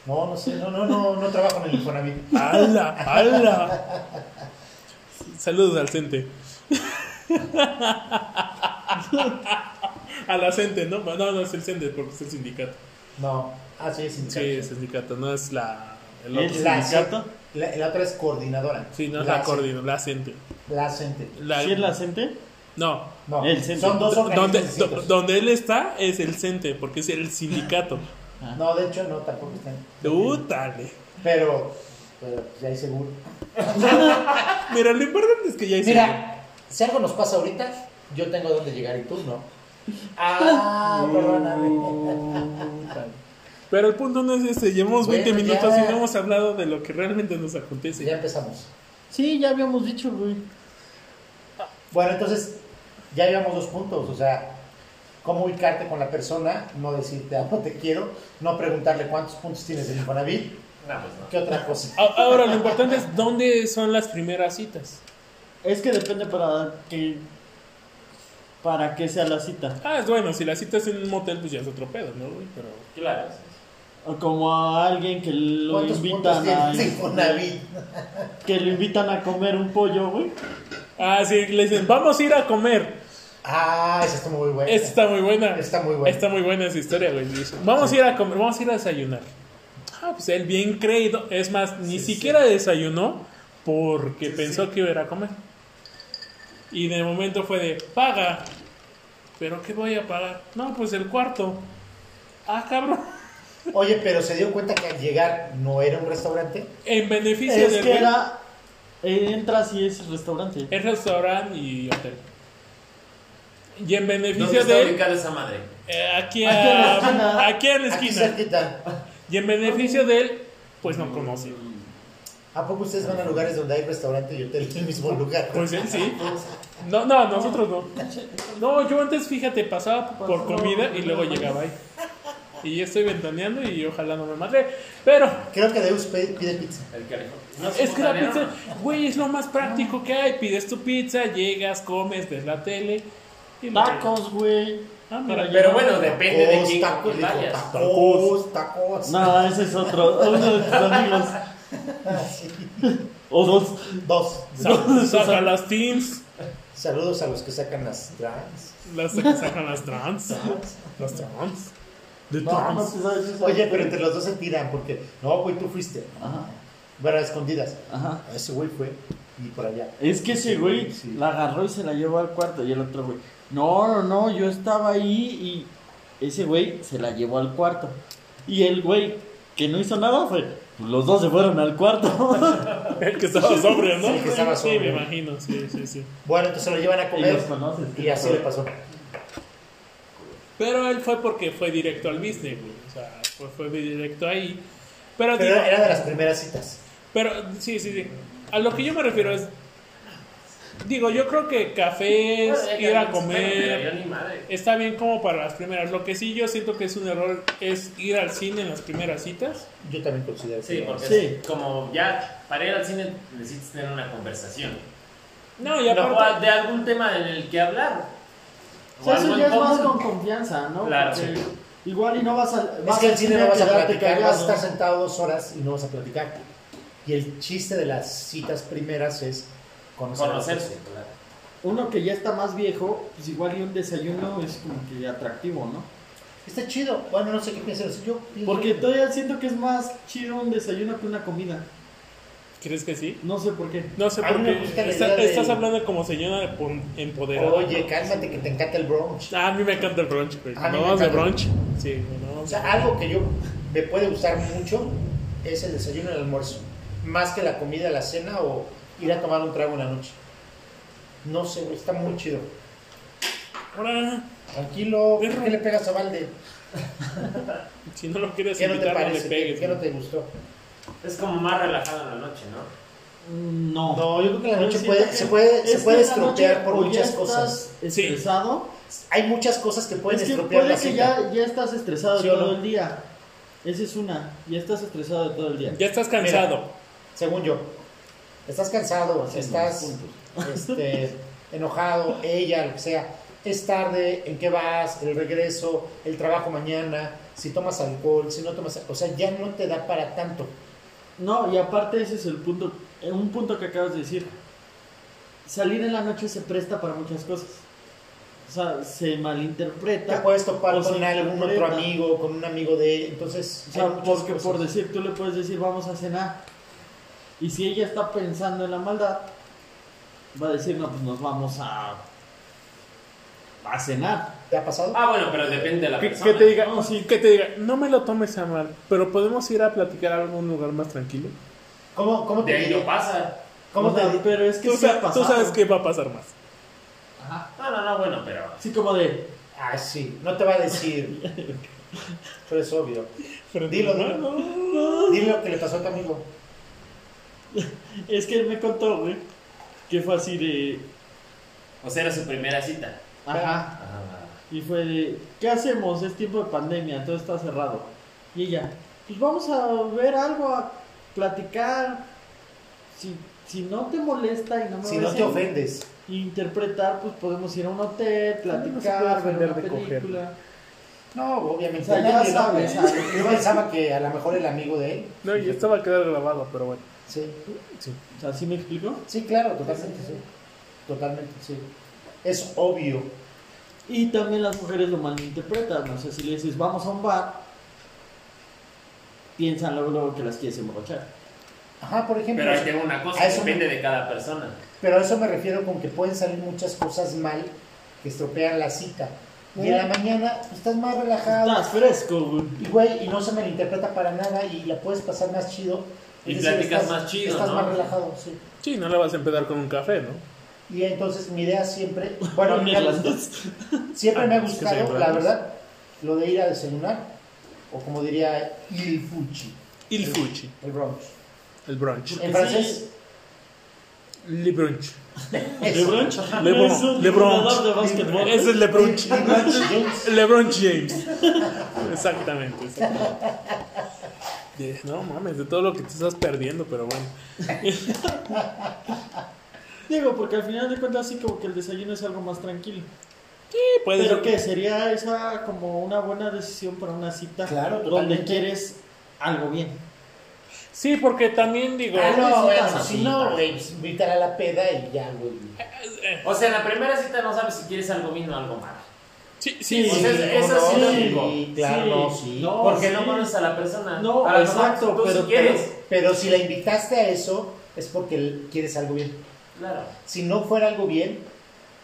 Speaker 3: No, no sé, no, no, no, no trabajo en el Infonavit.
Speaker 1: ¡Hala! ¡Hala! Saludos al Cente. A la Cente, ¿no? No, no es el Cente porque es el sindicato.
Speaker 3: No, ah, sí, es
Speaker 1: Sí,
Speaker 3: sindicato.
Speaker 1: el sindicato, no es la. El
Speaker 2: ¿El
Speaker 1: otro.
Speaker 3: La-
Speaker 2: sindicato?
Speaker 3: La, la otra es coordinadora.
Speaker 1: Sí, no es la
Speaker 3: CENTE.
Speaker 1: coordinadora, la CENTE.
Speaker 3: La CENTE.
Speaker 1: La-
Speaker 2: ¿Sí es la gente?
Speaker 1: No.
Speaker 3: No,
Speaker 2: El CENTE.
Speaker 3: son dos
Speaker 1: Donde,
Speaker 3: organismos
Speaker 1: do-
Speaker 3: distintos.
Speaker 1: donde él está es el CENTE, porque es el sindicato.
Speaker 3: No, de hecho, no, tampoco están.
Speaker 1: ¡Útale!
Speaker 3: Pero, pero pues, ya hay seguro.
Speaker 1: Mira, lo importante es que ya hice.
Speaker 3: Mira, si algo nos pasa ahorita, yo tengo dónde llegar y tú no.
Speaker 4: Ah,
Speaker 3: Ah, perdóname.
Speaker 1: Útale. Pero el punto no es ese. Llevamos 20
Speaker 3: Bueno,
Speaker 1: minutos
Speaker 3: ya.
Speaker 1: y no hemos hablado de lo que realmente nos acontece.
Speaker 3: Ya empezamos.
Speaker 2: Sí, ya habíamos dicho, güey.
Speaker 3: Bueno, entonces, ya llevamos dos puntos. O sea, cómo ubicarte con la persona, no decirte "Ah, no te quiero, no preguntarle cuántos puntos tienes en Infonavit.
Speaker 4: no, pues no.
Speaker 3: ¿Qué otra cosa?
Speaker 1: A- Ahora, lo importante es dónde son las primeras citas.
Speaker 2: Es que depende para que. Para qué sea la cita.
Speaker 1: Ah, es bueno, si la cita es en un motel, pues ya es otro pedo, ¿no, güey? Pero.
Speaker 4: Claro.
Speaker 2: O como a alguien que lo
Speaker 3: ¿Cuántos
Speaker 2: invitan
Speaker 3: puntos
Speaker 2: a.
Speaker 3: tienes en Infonavit?
Speaker 2: Que lo invitan a comer un pollo, güey.
Speaker 1: Ah, sí, le dicen, vamos a ir a comer.
Speaker 3: Ah, esa está muy buena.
Speaker 1: Esta está muy buena.
Speaker 3: Está muy buena.
Speaker 1: Está muy buena esa historia, güey. Dice, Vamos a ir a comer, vamos a ir a desayunar. Ah, pues él bien creído. Es más, ni siquiera desayunó porque pensó que iba a ir a comer. Y de momento fue de, paga. ¿Pero qué voy a pagar? No, pues el cuarto. Ah, cabrón.
Speaker 3: Oye, pero se dio cuenta que al llegar no era un restaurante.
Speaker 1: En beneficio
Speaker 2: Es
Speaker 1: del
Speaker 2: que
Speaker 1: güey,
Speaker 2: era. eh, Entras y es restaurante.
Speaker 1: el restaurante y hotel. Y en
Speaker 4: ¿Dónde
Speaker 1: beneficio
Speaker 4: está
Speaker 1: de él,
Speaker 4: ubicada esa madre?
Speaker 1: eh, aquí,
Speaker 2: Aquí en la esquina.
Speaker 1: a, aquí en la
Speaker 3: Aquí
Speaker 1: esquina.
Speaker 3: cerquita.
Speaker 1: Y en beneficio de él, pues no conoce.
Speaker 3: ¿A poco ustedes van a lugares donde hay restaurante y hotel en el mismo lugar?
Speaker 1: Pues él sí. No, no, nosotros no. No, yo antes, fíjate, pasaba por comida y luego llegaba ahí. Y ya estoy ventaneando y ojalá no me mate. Pero
Speaker 3: Creo que Deus pe- pide pizza.
Speaker 4: El carajo. No,
Speaker 1: es que la
Speaker 4: simultáneo,
Speaker 1: pizza,
Speaker 4: no.
Speaker 1: güey, es lo más práctico que hay. Pides tu pizza, llegas, comes, ves la tele. Y luego-
Speaker 2: Tacos, güey.
Speaker 1: Ah, mira.
Speaker 4: Pero bueno, depende
Speaker 3: Tacos,
Speaker 4: de quién oh.
Speaker 3: tacos, dijo,
Speaker 4: vayas.
Speaker 3: tacos, tacos.
Speaker 2: No, ese es otro. Uno de tus amigos. O dos.
Speaker 3: Dos.
Speaker 1: sa- Saca las teens,
Speaker 3: Saludos a los que sacan las trans.
Speaker 1: las sacan las trans, las trans. De
Speaker 2: No, no
Speaker 1: trans.
Speaker 2: te sabes eso.
Speaker 3: Oye, pero entre los dos se tiran porque, no, güey, tú fuiste.
Speaker 2: Ajá,
Speaker 3: Bueno, a escondidas.
Speaker 2: ajá.
Speaker 3: Ese güey fue y por allá.
Speaker 2: Es que ese güey
Speaker 3: Sí.
Speaker 2: la agarró y se la llevó al cuarto. Y el otro güey, no, no, no, yo estaba ahí y ese güey se la llevó al cuarto. Y el güey que no hizo nada fue, pues los dos se fueron al cuarto.
Speaker 1: El que estaba sobrio, ¿no?
Speaker 3: Sí, el que estaba
Speaker 1: Sí, me
Speaker 3: sobrio.
Speaker 1: imagino, sí, sí, sí.
Speaker 3: Bueno, entonces lo llevan a
Speaker 2: y
Speaker 3: comer
Speaker 2: los conoces.
Speaker 3: Eh, y así le pasó.
Speaker 1: Pero él fue porque fue directo al business, güey. O sea, fue, fue directo ahí. Pero,
Speaker 3: Pero
Speaker 1: digo,
Speaker 3: era de las primeras citas.
Speaker 1: pero sí, sí, sí. A lo que yo me refiero es. Digo, yo creo que cafés,
Speaker 4: Bueno, ya que
Speaker 1: ir a
Speaker 4: no se espera,
Speaker 1: comer,
Speaker 4: mira, yo ni madre.
Speaker 1: está bien como para las primeras. Lo que sí yo siento que es un error es ir al cine en las primeras citas.
Speaker 3: Yo también considero
Speaker 4: Sí,
Speaker 3: que-
Speaker 4: porque
Speaker 2: Sí.
Speaker 4: como ya para ir al cine necesitas tener una conversación.
Speaker 1: No, y
Speaker 4: No,
Speaker 1: aparte.
Speaker 4: o a- de algún tema en el que hablar.
Speaker 2: O sea,
Speaker 4: algo
Speaker 2: eso
Speaker 4: en
Speaker 2: ya es
Speaker 4: común.
Speaker 2: más con confianza, ¿no?
Speaker 4: Claro,
Speaker 2: Porque
Speaker 4: sí.
Speaker 2: Igual y no vas a.
Speaker 3: Es que al cine no vas a
Speaker 2: quedarte
Speaker 3: platicar, vas a
Speaker 2: callado.
Speaker 3: estar sentado dos horas y no vas a platicar. Y el chiste de las citas primeras es conocer. a la
Speaker 4: conocerse.
Speaker 3: persona.
Speaker 4: claro.
Speaker 2: Uno que ya está más viejo, pues igual y un desayuno es como que atractivo, ¿no?
Speaker 3: Está chido. Bueno, no sé qué piensas. Yo pienso-
Speaker 2: Porque todavía siento que es más chido un desayuno que una comida.
Speaker 1: ¿Crees que sí?
Speaker 2: No sé por qué.
Speaker 1: No sé
Speaker 3: A mí
Speaker 1: por
Speaker 3: me
Speaker 1: qué.
Speaker 3: gusta la
Speaker 1: Está-
Speaker 3: idea de-
Speaker 1: Estás hablando como señora empon- empoderada.
Speaker 3: Oye, cálmate que te encanta el brunch.
Speaker 1: Ah, a mí me encanta el brunch, güey.
Speaker 3: A mí
Speaker 1: Cuando
Speaker 3: me
Speaker 1: vamos de
Speaker 3: encanta.
Speaker 1: brunch. Sí, cuando
Speaker 3: O
Speaker 1: vamos de
Speaker 3: sea, algo que yo me puede gustar mucho es el desayuno y el almuerzo. Más que la comida, la cena o ir a tomar un trago en la noche. No sé, güey, está muy chido.
Speaker 1: Hola.
Speaker 3: Tranquilo, ¿por qué le pegas a Valde?
Speaker 1: Si no lo quieres
Speaker 3: ¿Qué no te
Speaker 1: invitar, no le
Speaker 3: parece? ¿Qué,
Speaker 1: pegues.
Speaker 3: qué no
Speaker 1: güey.
Speaker 3: te gustó?
Speaker 4: Es como más relajado en la noche, ¿no?
Speaker 2: Mm, No.
Speaker 3: No, yo creo que la
Speaker 2: Yo
Speaker 3: noche
Speaker 2: siento
Speaker 3: puede-
Speaker 2: que
Speaker 3: se puede- se
Speaker 2: es que
Speaker 3: puede
Speaker 2: en la
Speaker 3: estropear
Speaker 2: noche
Speaker 3: por
Speaker 2: o ya
Speaker 3: muchas
Speaker 2: estás
Speaker 3: cosas.
Speaker 2: Estresado.
Speaker 3: Hay muchas cosas que pueden
Speaker 2: es que
Speaker 3: estropear
Speaker 2: puede
Speaker 3: la
Speaker 2: que
Speaker 3: cita.
Speaker 2: ya, ya estás estresado
Speaker 3: ¿Sí o
Speaker 2: todo
Speaker 3: no?
Speaker 2: el día. Esa es una. Ya estás estresado de todo el día.
Speaker 1: Ya estás cansado.
Speaker 3: Según yo. Estás cansado,
Speaker 2: Sí,
Speaker 3: estás
Speaker 2: puntos.
Speaker 3: este, enojado, ella, lo que sea. Es tarde, ¿en qué vas? El regreso, el trabajo mañana, si tomas alcohol, si no tomas... O sea, ya no te da para tanto.
Speaker 2: No, y aparte ese es el punto, eh, un punto que acabas de decir. Salir en la noche se presta para muchas cosas. o sea, se malinterpreta.
Speaker 3: Te puedes topar
Speaker 2: o se
Speaker 3: con algún otro
Speaker 2: interpreta.
Speaker 3: amigo, con un amigo de. Entonces,
Speaker 2: O
Speaker 3: hay
Speaker 2: sea,
Speaker 3: muchas
Speaker 2: porque
Speaker 3: cosas.
Speaker 2: por decir, tú le puedes decir, vamos a cenar. Y si ella está pensando en la maldad, va a decir, no, pues nos vamos a, a cenar.
Speaker 3: ¿Te ha pasado?
Speaker 4: Ah, bueno, pero depende de la
Speaker 1: Que,
Speaker 4: persona.
Speaker 1: que te diga,
Speaker 2: No, sí.
Speaker 1: que te diga, no me lo tomes a mal, pero podemos ir a platicar a algún lugar más tranquilo.
Speaker 3: ¿Cómo, cómo
Speaker 4: De
Speaker 3: te
Speaker 4: ahí
Speaker 3: diría?
Speaker 4: no pasa.
Speaker 3: ¿Cómo
Speaker 2: O sea,
Speaker 3: te-
Speaker 2: Pero es que
Speaker 1: Tú,
Speaker 2: sí ha
Speaker 1: sa- tú
Speaker 2: pasado.
Speaker 1: sabes que va a pasar más.
Speaker 2: Ajá.
Speaker 4: No, no, no, bueno, pero.
Speaker 2: Así como de,
Speaker 3: Ah, sí, no te va a decir. Pero es obvio.
Speaker 1: Pero
Speaker 3: Dilo,
Speaker 1: no,
Speaker 3: dilo.
Speaker 1: no.
Speaker 3: Dile lo que le pasó a tu amigo.
Speaker 2: es que él me contó, güey, que fue así de,
Speaker 4: O sea, era su primera cita.
Speaker 2: ajá. Y fue de, ¿qué hacemos? Es tiempo de pandemia, todo está cerrado. Y ella, pues vamos a ver algo, a platicar. Si, si no te molesta y no me
Speaker 3: Si
Speaker 2: ves
Speaker 3: no te
Speaker 2: en-
Speaker 3: ofendes.
Speaker 2: Interpretar, pues podemos ir a un hotel,
Speaker 1: no se puede
Speaker 2: platicar, ver
Speaker 1: ofender
Speaker 2: una
Speaker 1: de coger.
Speaker 2: película.
Speaker 3: No, obviamente.
Speaker 2: O sea, ya
Speaker 3: nadie, ¿no?
Speaker 2: sabes, sabes.
Speaker 3: Yo pensaba que a lo mejor el amigo de él.
Speaker 1: No, y esto va a quedar grabado, pero bueno.
Speaker 3: Sí,
Speaker 1: Sí.
Speaker 2: O sea, ¿sí me explico?
Speaker 3: sí claro, totalmente, sí. Totalmente, sí. Es obvio.
Speaker 2: Y también las mujeres lo malinterpretan. O sea, si le dices, vamos a un bar, piensan luego, luego que las quieres emborrachar.
Speaker 3: Ajá, por ejemplo.
Speaker 4: Pero ahí tengo una cosa,
Speaker 3: A eso
Speaker 4: depende de cada persona.
Speaker 3: Pero a eso me refiero con que pueden salir muchas cosas mal que estropean la cita. Y en la mañana pues, estás más relajado.
Speaker 2: Estás fresco, güey.
Speaker 3: Y güey, y no se malinterpreta para nada y la puedes pasar más chido.
Speaker 4: Y platicas más chido,
Speaker 3: Estás
Speaker 4: ¿no?
Speaker 3: más relajado, sí.
Speaker 1: Sí, no la vas a empezar con un café, ¿no?
Speaker 3: Y entonces mi idea siempre, bueno, a mí
Speaker 2: Unes
Speaker 3: me ha
Speaker 2: las
Speaker 3: gustado-
Speaker 2: dos.
Speaker 3: siempre me ha
Speaker 1: Ah, es que se
Speaker 3: gustado,
Speaker 1: llaman
Speaker 3: la
Speaker 1: las-
Speaker 3: verdad, lo de ir a desayunar, o como diría Il Fuchi,
Speaker 1: Il fuchi,
Speaker 3: el brunch.
Speaker 1: el brunch.
Speaker 3: En
Speaker 2: Sí.
Speaker 3: francés,
Speaker 1: Le brunch.
Speaker 2: LeBron,
Speaker 1: LeBron,
Speaker 2: es un
Speaker 1: LeBron.
Speaker 2: jugador de básquetbol.
Speaker 1: Ese es le brunch.
Speaker 3: Il brunch, James.
Speaker 1: LeBron James. Exactamente. exactamente. Yeah, No mames, de todo lo que te estás perdiendo, pero bueno.
Speaker 2: Digo, porque al final de cuentas sí como que el desayuno es algo más tranquilo.
Speaker 1: Sí, puede
Speaker 2: Pero
Speaker 1: ser.
Speaker 2: que sería esa como una buena decisión para una cita
Speaker 3: Claro,
Speaker 2: donde
Speaker 3: totalmente.
Speaker 2: quieres algo bien.
Speaker 1: Sí, porque también digo.
Speaker 3: Ah,
Speaker 2: Sí,
Speaker 3: no, bueno,
Speaker 2: pasa,
Speaker 3: si
Speaker 2: sí,
Speaker 3: no,
Speaker 2: pasa.
Speaker 3: güey, pues, invitar a la peda y ya, güey.
Speaker 4: O sea, en la primera cita no sabes si quieres algo bien o algo malo.
Speaker 1: Sí, sí,
Speaker 4: O sea,
Speaker 3: Sí,
Speaker 4: eso
Speaker 3: no,
Speaker 4: sí lo
Speaker 3: Pues sí,
Speaker 4: digo.
Speaker 3: claro, sí.
Speaker 2: No,
Speaker 4: Porque
Speaker 2: Oh, sí.
Speaker 4: no conoces a la persona.
Speaker 2: No,
Speaker 4: a lo mejor
Speaker 2: exacto,
Speaker 4: tú sí
Speaker 2: pero-
Speaker 4: quieres.
Speaker 3: Pero si la invitaste a eso, es porque quieres algo bien.
Speaker 4: Claro.
Speaker 3: Si no fuera algo bien,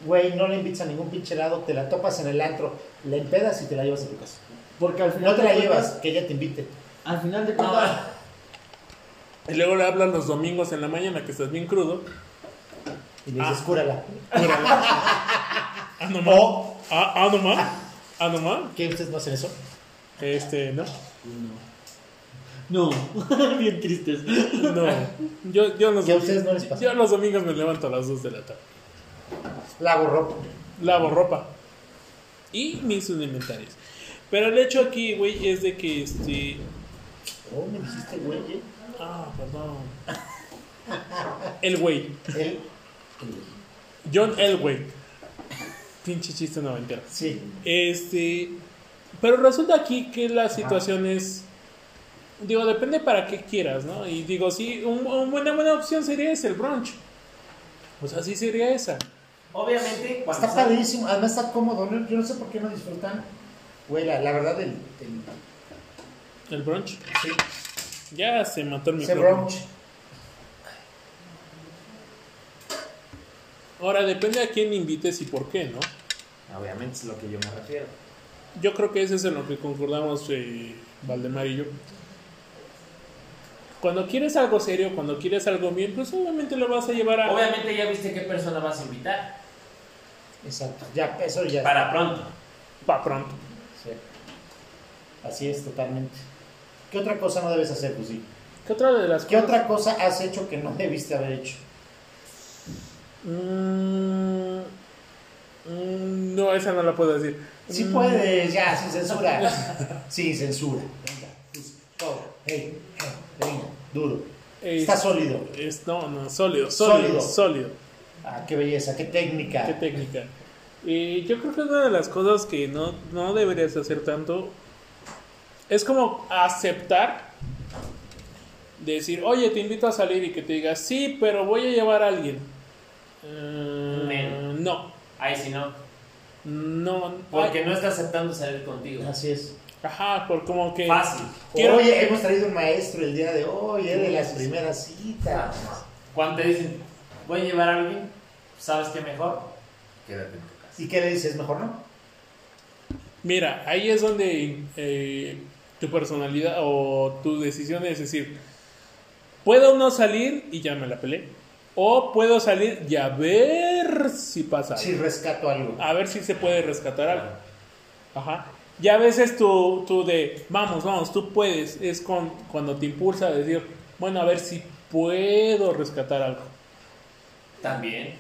Speaker 3: güey, no la invitas a ningún pinche lado, te la topas en el antro, la empedas y te la llevas a tu casa.
Speaker 2: Porque al final
Speaker 3: No te la
Speaker 2: de cuentas-
Speaker 3: llevas, que ella te invite.
Speaker 2: Al final de cuentas
Speaker 1: Y luego le hablan los domingos en la mañana que estás bien crudo.
Speaker 3: Y le dices, cúrala.
Speaker 1: Ah, no más.
Speaker 3: O-
Speaker 1: Ah, ah, no más. Ah, no más.
Speaker 3: ¿Qué ustedes no hacen eso?
Speaker 1: Este, no.
Speaker 2: no, bien tristes.
Speaker 1: No. Yo, yo, los
Speaker 3: ¿Y a ustedes no les pasa?
Speaker 1: yo los domingos me levanto a las 2 de la tarde.
Speaker 3: Lavo ropa.
Speaker 1: Lavo ropa. Y mis inventarios. Pero el hecho aquí, güey, es de que este.
Speaker 3: Oh, me dijiste, güey. eh?
Speaker 1: Ah, perdón. El güey.
Speaker 3: Él,
Speaker 1: John Elway. Pinche chiste noventero.
Speaker 3: sí.
Speaker 1: Este. Pero resulta aquí que la situación es. Digo, depende para qué quieras, ¿no? Y digo, sí, un- un buena, buena opción sería ese, el brunch. O sea, sí sería esa.
Speaker 4: Obviamente, cuando
Speaker 3: Está
Speaker 4: sal-
Speaker 3: padrísimo, además está cómodo. ¿no? Yo no sé por qué no disfrutan. Güey, la, la verdad, el, el-
Speaker 1: El brunch.
Speaker 3: sí,
Speaker 1: Ya se mató el
Speaker 3: ese
Speaker 1: micrófono.
Speaker 3: brunch.
Speaker 1: Ahora, depende a quién invites y por qué, ¿no?
Speaker 4: Obviamente es lo que yo me refiero.
Speaker 1: Yo creo que ese es en lo que concordamos eh, Valdemar y yo. Cuando quieres algo serio, cuando quieres algo bien, pues obviamente lo vas a llevar a...
Speaker 4: Obviamente ya viste qué persona vas a invitar.
Speaker 3: Exacto, ya, eso ya.
Speaker 4: Para pronto.
Speaker 1: Pa' pronto.
Speaker 3: Sí. Así es, totalmente. ¿Qué otra cosa no debes hacer, pues sí?
Speaker 1: ¿Qué otra de las
Speaker 3: ¿Qué
Speaker 1: cosas-
Speaker 3: otra cosa has hecho que no debiste haber hecho?
Speaker 1: Mm, mm, no, esa no la puedo decir.
Speaker 3: Sí
Speaker 1: Mm,
Speaker 3: puedes, ya, sin censura. sin censura. Venga, pues, todo. Hey, venga, duro.
Speaker 1: Mm, es-
Speaker 3: Está sólido.
Speaker 1: es- no, no, sólido, sólido,
Speaker 3: Sólido.
Speaker 1: sólido.
Speaker 3: Ah, qué belleza, qué técnica.
Speaker 1: Qué técnica. Y yo creo que una de las cosas que no, no deberías hacer tanto es como aceptar. Decir, oye, te invito a salir y que te digas, sí, pero voy a llevar a alguien. Mm,
Speaker 4: Men.
Speaker 1: no,
Speaker 4: Ahí si no.
Speaker 1: No,
Speaker 4: Porque no está aceptando salir contigo.
Speaker 3: Así es.
Speaker 1: Ajá, por como que.
Speaker 4: Fácil.
Speaker 1: Quiero-
Speaker 3: Oye, hemos traído un maestro el día de hoy, él de las primeras citas.
Speaker 4: Cuando te dicen, voy a llevar a alguien, ¿sabes qué mejor? Quédate en tu casa.
Speaker 3: ¿Y qué le dices? Mejor no.
Speaker 1: Mira, ahí es donde eh, tu personalidad o tu decisión es decir, puedo no salir y ya me la pelé. O puedo salir y a ver si pasa algo.
Speaker 3: Si rescato algo.
Speaker 1: A ver si se puede rescatar algo. Ajá. Y a veces tú, tú de, vamos, vamos, tú puedes. Es con, cuando te impulsa a decir, bueno, a ver si puedo rescatar algo.
Speaker 4: También.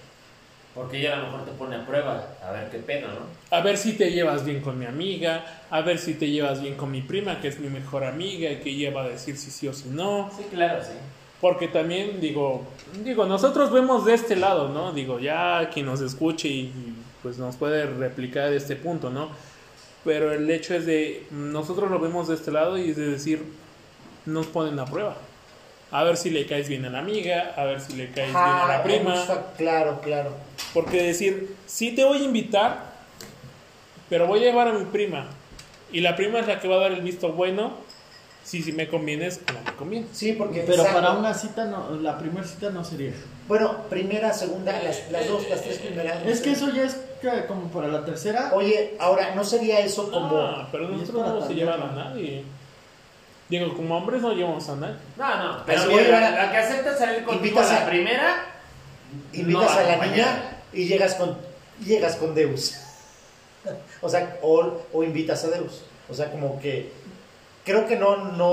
Speaker 4: Porque ella a lo mejor te pone a prueba. A ver qué pedo, ¿no?
Speaker 1: A ver si te llevas bien con mi amiga, a ver si te llevas bien con mi prima, que es mi mejor amiga y que ella va a decir si sí o si no.
Speaker 4: Sí, claro, sí.
Speaker 1: Porque también, digo, digo, nosotros vemos de este lado, ¿no? Digo, ya quien nos escuche y, y, pues nos puede replicar este punto, ¿no? Pero el hecho es de, nosotros lo vemos de este lado y es de decir, nos ponen a prueba. A ver si le caes bien a la amiga, a ver si le caes bien a
Speaker 3: Ah,
Speaker 1: la prima.
Speaker 3: está- Claro, claro.
Speaker 1: Porque decir, sí te voy a invitar, pero voy a llevar a mi prima. Y la prima es la que va a dar el visto bueno, si, si me convienes o no me conviene.
Speaker 3: Sí, porque.
Speaker 2: Pero
Speaker 3: exacto.
Speaker 2: para una cita, no, la primera cita no sería.
Speaker 3: Bueno, primera, segunda, las, las dos, las tres primeras.
Speaker 2: Es que eso ya es ca- como para la tercera.
Speaker 3: Oye, ahora, ¿no sería eso como.?
Speaker 1: Ah, pero
Speaker 2: Y es
Speaker 1: nosotros
Speaker 2: para
Speaker 1: no se
Speaker 2: también,
Speaker 1: llevan a
Speaker 2: ¿no?
Speaker 1: nadie. Digo, como hombres no llevamos a nadie.
Speaker 4: No, no. Pero
Speaker 3: Así voy a
Speaker 4: mira,
Speaker 3: llevar a-
Speaker 4: la que acepta salir contigo a
Speaker 3: Invitas
Speaker 4: la
Speaker 3: a-
Speaker 4: primera,
Speaker 3: Invitas
Speaker 4: No,
Speaker 3: a la
Speaker 4: acompañada.
Speaker 3: niña y llegas con, llegas con Deus. o sea, o, o invitas a Deus. O sea, como que creo que no, no.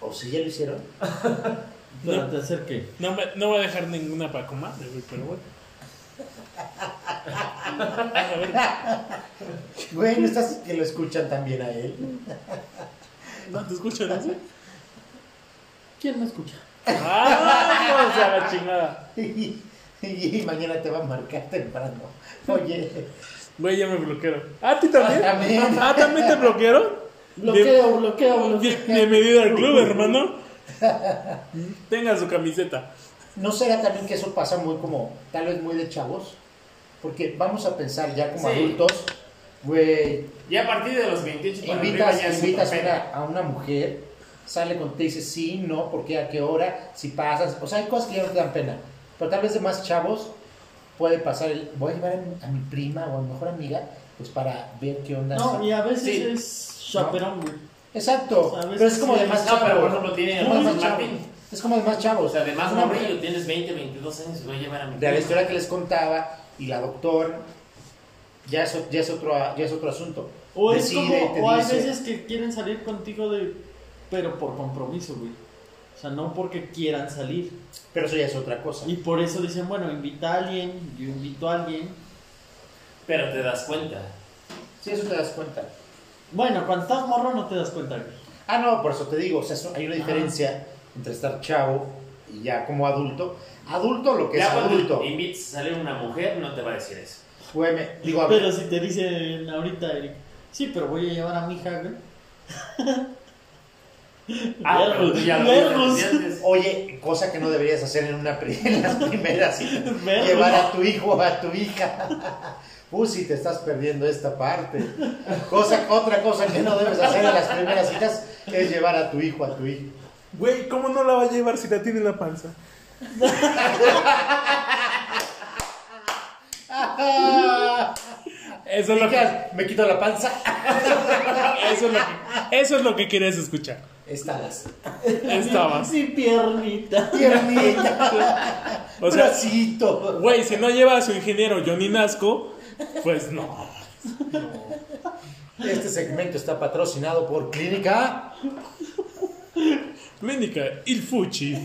Speaker 3: O si ya lo hicieron.
Speaker 2: ¿Para
Speaker 1: No.
Speaker 2: la tercera qué?
Speaker 1: No, me, no voy a dejar ninguna para comadre, güey, pero bueno. A ver,
Speaker 3: Güey, no estás que lo escuchan también a él.
Speaker 1: no te escucho, ¿no?
Speaker 2: ¿Quién me escucha?
Speaker 1: ¡Vamos a la chingada!
Speaker 3: y, mañana te va a marcar temprano. Oye,
Speaker 1: Güey, ya me bloquearon. Ah, ¿A ti también?
Speaker 3: También.
Speaker 1: ¿Ah, también te bloquearon?
Speaker 3: bloqueo, bloqueo,
Speaker 1: Bien-
Speaker 3: bloqueo.
Speaker 1: Bienvenido al club, hermano. Tenga su camiseta.
Speaker 3: ¿No será también que eso pasa muy como, tal vez muy de chavos? Porque vamos a pensar ya como
Speaker 4: Sí.
Speaker 3: adultos, güey,
Speaker 4: y a partir de los 28 para
Speaker 3: Invitas,
Speaker 4: arriba ya es un
Speaker 3: invitas a,
Speaker 4: papel.
Speaker 3: una, a una mujer, sale contigo y dice sí, no, por qué, a qué hora, si pasas. O sea, hay cosas que ya no te dan pena. Pero tal vez de más chavos puede pasar el, voy a llevar a mi, a mi prima o a mi mejor amiga, pues para ver qué onda.
Speaker 2: No, y a veces
Speaker 4: Sí.
Speaker 2: es chaperón, güey.
Speaker 3: Exacto,
Speaker 2: a veces
Speaker 3: pero es como de
Speaker 2: sí.
Speaker 3: más
Speaker 4: No,
Speaker 3: chavos.
Speaker 4: pero por ejemplo tiene
Speaker 3: es
Speaker 4: el
Speaker 3: como de más
Speaker 4: Martín.
Speaker 3: chavos. Es como de más chavos.
Speaker 4: O sea, además,
Speaker 3: Una
Speaker 4: morrillo,
Speaker 3: mujer-
Speaker 4: tienes 20, 22 años, voy a llevar a mi
Speaker 3: De la
Speaker 4: prima.
Speaker 3: historia que les contaba y la doctora, ya es, o- ya es, otro, ya es otro asunto.
Speaker 2: O es
Speaker 3: Decide, te
Speaker 2: como, o hay
Speaker 3: dice.
Speaker 2: veces que quieren salir contigo de, pero por compromiso, güey. O sea, no porque quieran salir.
Speaker 3: Pero eso ya es otra cosa.
Speaker 2: Y por eso dicen, bueno, invita a alguien, yo invito a alguien.
Speaker 4: Pero te das cuenta.
Speaker 3: Sí, eso te das cuenta.
Speaker 2: Bueno, cuando estás morro no te das cuenta, güey.
Speaker 3: Ah, no, por eso te digo, o sea, es- hay una diferencia entre estar chavo y ya como adulto. Adulto lo que es
Speaker 4: Ya cuando
Speaker 3: adulto.
Speaker 4: invites a salir una mujer, no te va a decir eso.
Speaker 3: Güey, me- digo, a
Speaker 2: Pero si te dicen ahorita, Eric, sí, pero voy a llevar a mi hija, güey.
Speaker 4: Ah, pero tú ya lo
Speaker 2: Verlos,
Speaker 4: dijiste antes.
Speaker 3: oye, cosa que no deberías hacer en una pri- en las primeras citas.
Speaker 2: Verlo.
Speaker 3: Llevar a tu hijo o a tu hija. Uh, si te estás perdiendo esta parte. Cosa, otra cosa que no debes hacer en las primeras citas es llevar a tu hijo a tu hija.
Speaker 1: Güey, ¿cómo no la va a llevar si la tiene en la panza? Eso es lo que,
Speaker 3: Chicas, me quito la panza.
Speaker 1: eso es lo que, eso es lo que querías escuchar.
Speaker 3: Estabas.
Speaker 1: Estabas.
Speaker 2: Mi piernita.
Speaker 3: Tiernita,
Speaker 1: O sea,
Speaker 3: bracito.
Speaker 1: güey, si no lleva a su ingeniero Johnny Nasco, pues no.
Speaker 3: Este segmento está patrocinado por Clínica.
Speaker 1: Clínica Il Fuchi.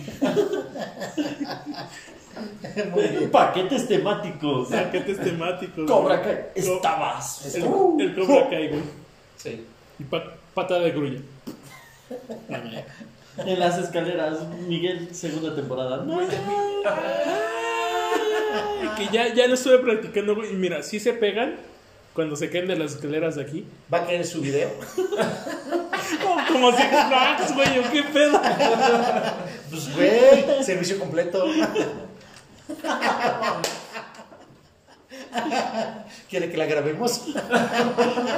Speaker 3: Muy bien.
Speaker 2: Paquetes temáticos.
Speaker 1: Paquetes temáticos.
Speaker 2: Cobra
Speaker 1: güey.
Speaker 2: Kai. Estabas.
Speaker 1: El, el Cobra Kai, güey.
Speaker 3: Sí.
Speaker 1: Y pa- pata de grulla.
Speaker 2: En las escaleras, Miguel, segunda temporada. No,
Speaker 1: Ay, que ya, ya lo estuve practicando, güey. Y mira, sí se pegan cuando se caen de las escaleras de aquí.
Speaker 3: ¿Va a querer su video?
Speaker 1: Como- Como si Max, güey, o qué pedo.
Speaker 3: Pues, güey, servicio completo. ¿Quiere que la grabemos?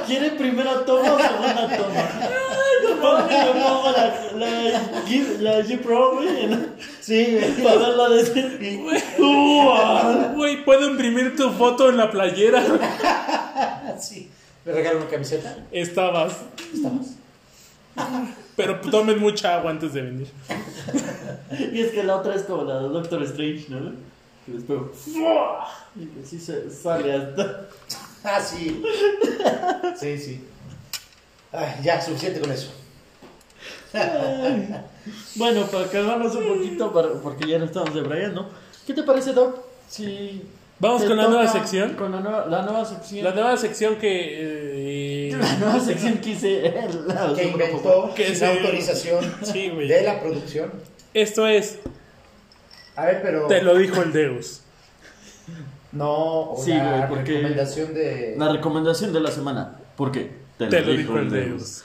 Speaker 2: ¿Quiere primera toma o segunda toma? No, mames, yo pongo la, la, G- la G Pro, güey, en-
Speaker 3: Sí, güey.
Speaker 2: para verla desde. ¡Uah!
Speaker 1: Güey, puedo imprimir tu foto en la playera.
Speaker 3: Ah, sí. ¿Me regalo una camiseta?
Speaker 1: Estabas.
Speaker 3: Estamos.
Speaker 1: Pero tomen mucha agua antes de venir.
Speaker 2: Y es que la otra es como la de Doctor Strange, ¿no? Que después. ¡Uah! Y que sí se sale hasta.
Speaker 3: Ah, sí. Sí, sí. Ay, ya, suficiente con eso.
Speaker 2: Bueno, para calmarnos un poquito, para- porque ya no estamos debrayando. ¿Qué te parece, Doc? Si.
Speaker 1: Vamos
Speaker 2: te
Speaker 1: con la nueva
Speaker 2: toca-
Speaker 1: sección.
Speaker 2: Con la nueva, la nueva sección.
Speaker 1: La nueva sección que. eh,
Speaker 2: La nueva sección que hice. la-
Speaker 3: Que inventó
Speaker 1: Que
Speaker 3: sin
Speaker 1: se-
Speaker 3: autorización
Speaker 1: sí, güey.
Speaker 3: de la producción.
Speaker 1: Esto es.
Speaker 3: A ver, pero.
Speaker 1: Te lo dijo el Deus.
Speaker 3: No, o
Speaker 2: Sí,
Speaker 3: la
Speaker 2: güey, porque-
Speaker 3: recomendación de.
Speaker 2: La recomendación de la semana. ¿Por qué?
Speaker 1: Te lo dijo el Deus.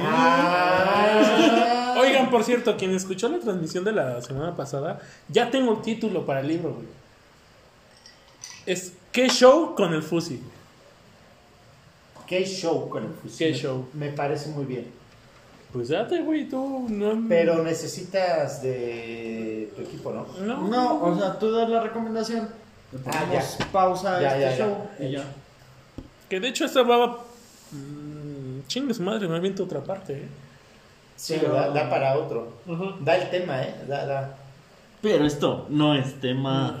Speaker 3: Ah.
Speaker 1: Oigan, por cierto, quien escuchó la transmisión de la semana pasada, ya tengo el título para el libro, güey. Es ¿Qué show con el fusil?
Speaker 3: Qué show con el fusil.
Speaker 1: Qué show.
Speaker 3: Me parece muy bien.
Speaker 1: Pues date, güey, tú no.
Speaker 3: Pero necesitas de tu equipo, ¿no?
Speaker 1: No.
Speaker 2: No, o sea, tú das la recomendación. Le
Speaker 3: Ah,
Speaker 2: ponemos
Speaker 3: ya.
Speaker 2: pausa a
Speaker 3: Ya,
Speaker 2: este
Speaker 3: ya, ya.
Speaker 2: show y ya.
Speaker 1: Que de hecho esta baba. Mm, chingue su madre, me aviento otra parte, eh.
Speaker 3: Sí,
Speaker 2: Pero-
Speaker 3: da, da para otro. Da el tema, ¿eh? Da, da.
Speaker 2: Pero esto no es tema.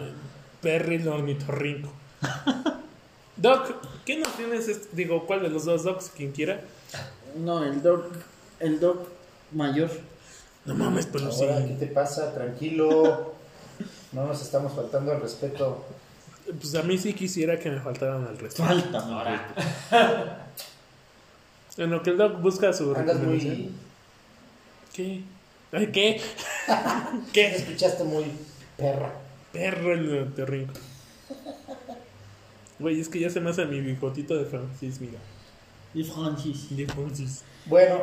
Speaker 1: Perry el ornitorrinco. Doc, ¿qué nos tienes? est- Digo, ¿cuál de los dos docs? Quien quiera.
Speaker 2: No, el doc. El doc mayor.
Speaker 1: No mames, pero sí.
Speaker 3: Ahora, ¿qué te pasa? Tranquilo. No nos estamos faltando al respeto.
Speaker 1: Pues a mí sí quisiera que me faltaran al resto.
Speaker 2: Falta.
Speaker 4: Ahora.
Speaker 1: En lo que el doc busca su
Speaker 3: Andas
Speaker 1: recomendación.
Speaker 3: muy.
Speaker 1: ¿Qué? Ay, ¿Qué?
Speaker 3: Te
Speaker 1: ¿Qué?
Speaker 3: escuchaste muy perra.
Speaker 1: Perro el ornitorrinco. Güey, es que ya se me hace mi bigotito de Francis, mira.
Speaker 2: Y Francis.
Speaker 1: De Francis.
Speaker 3: Bueno,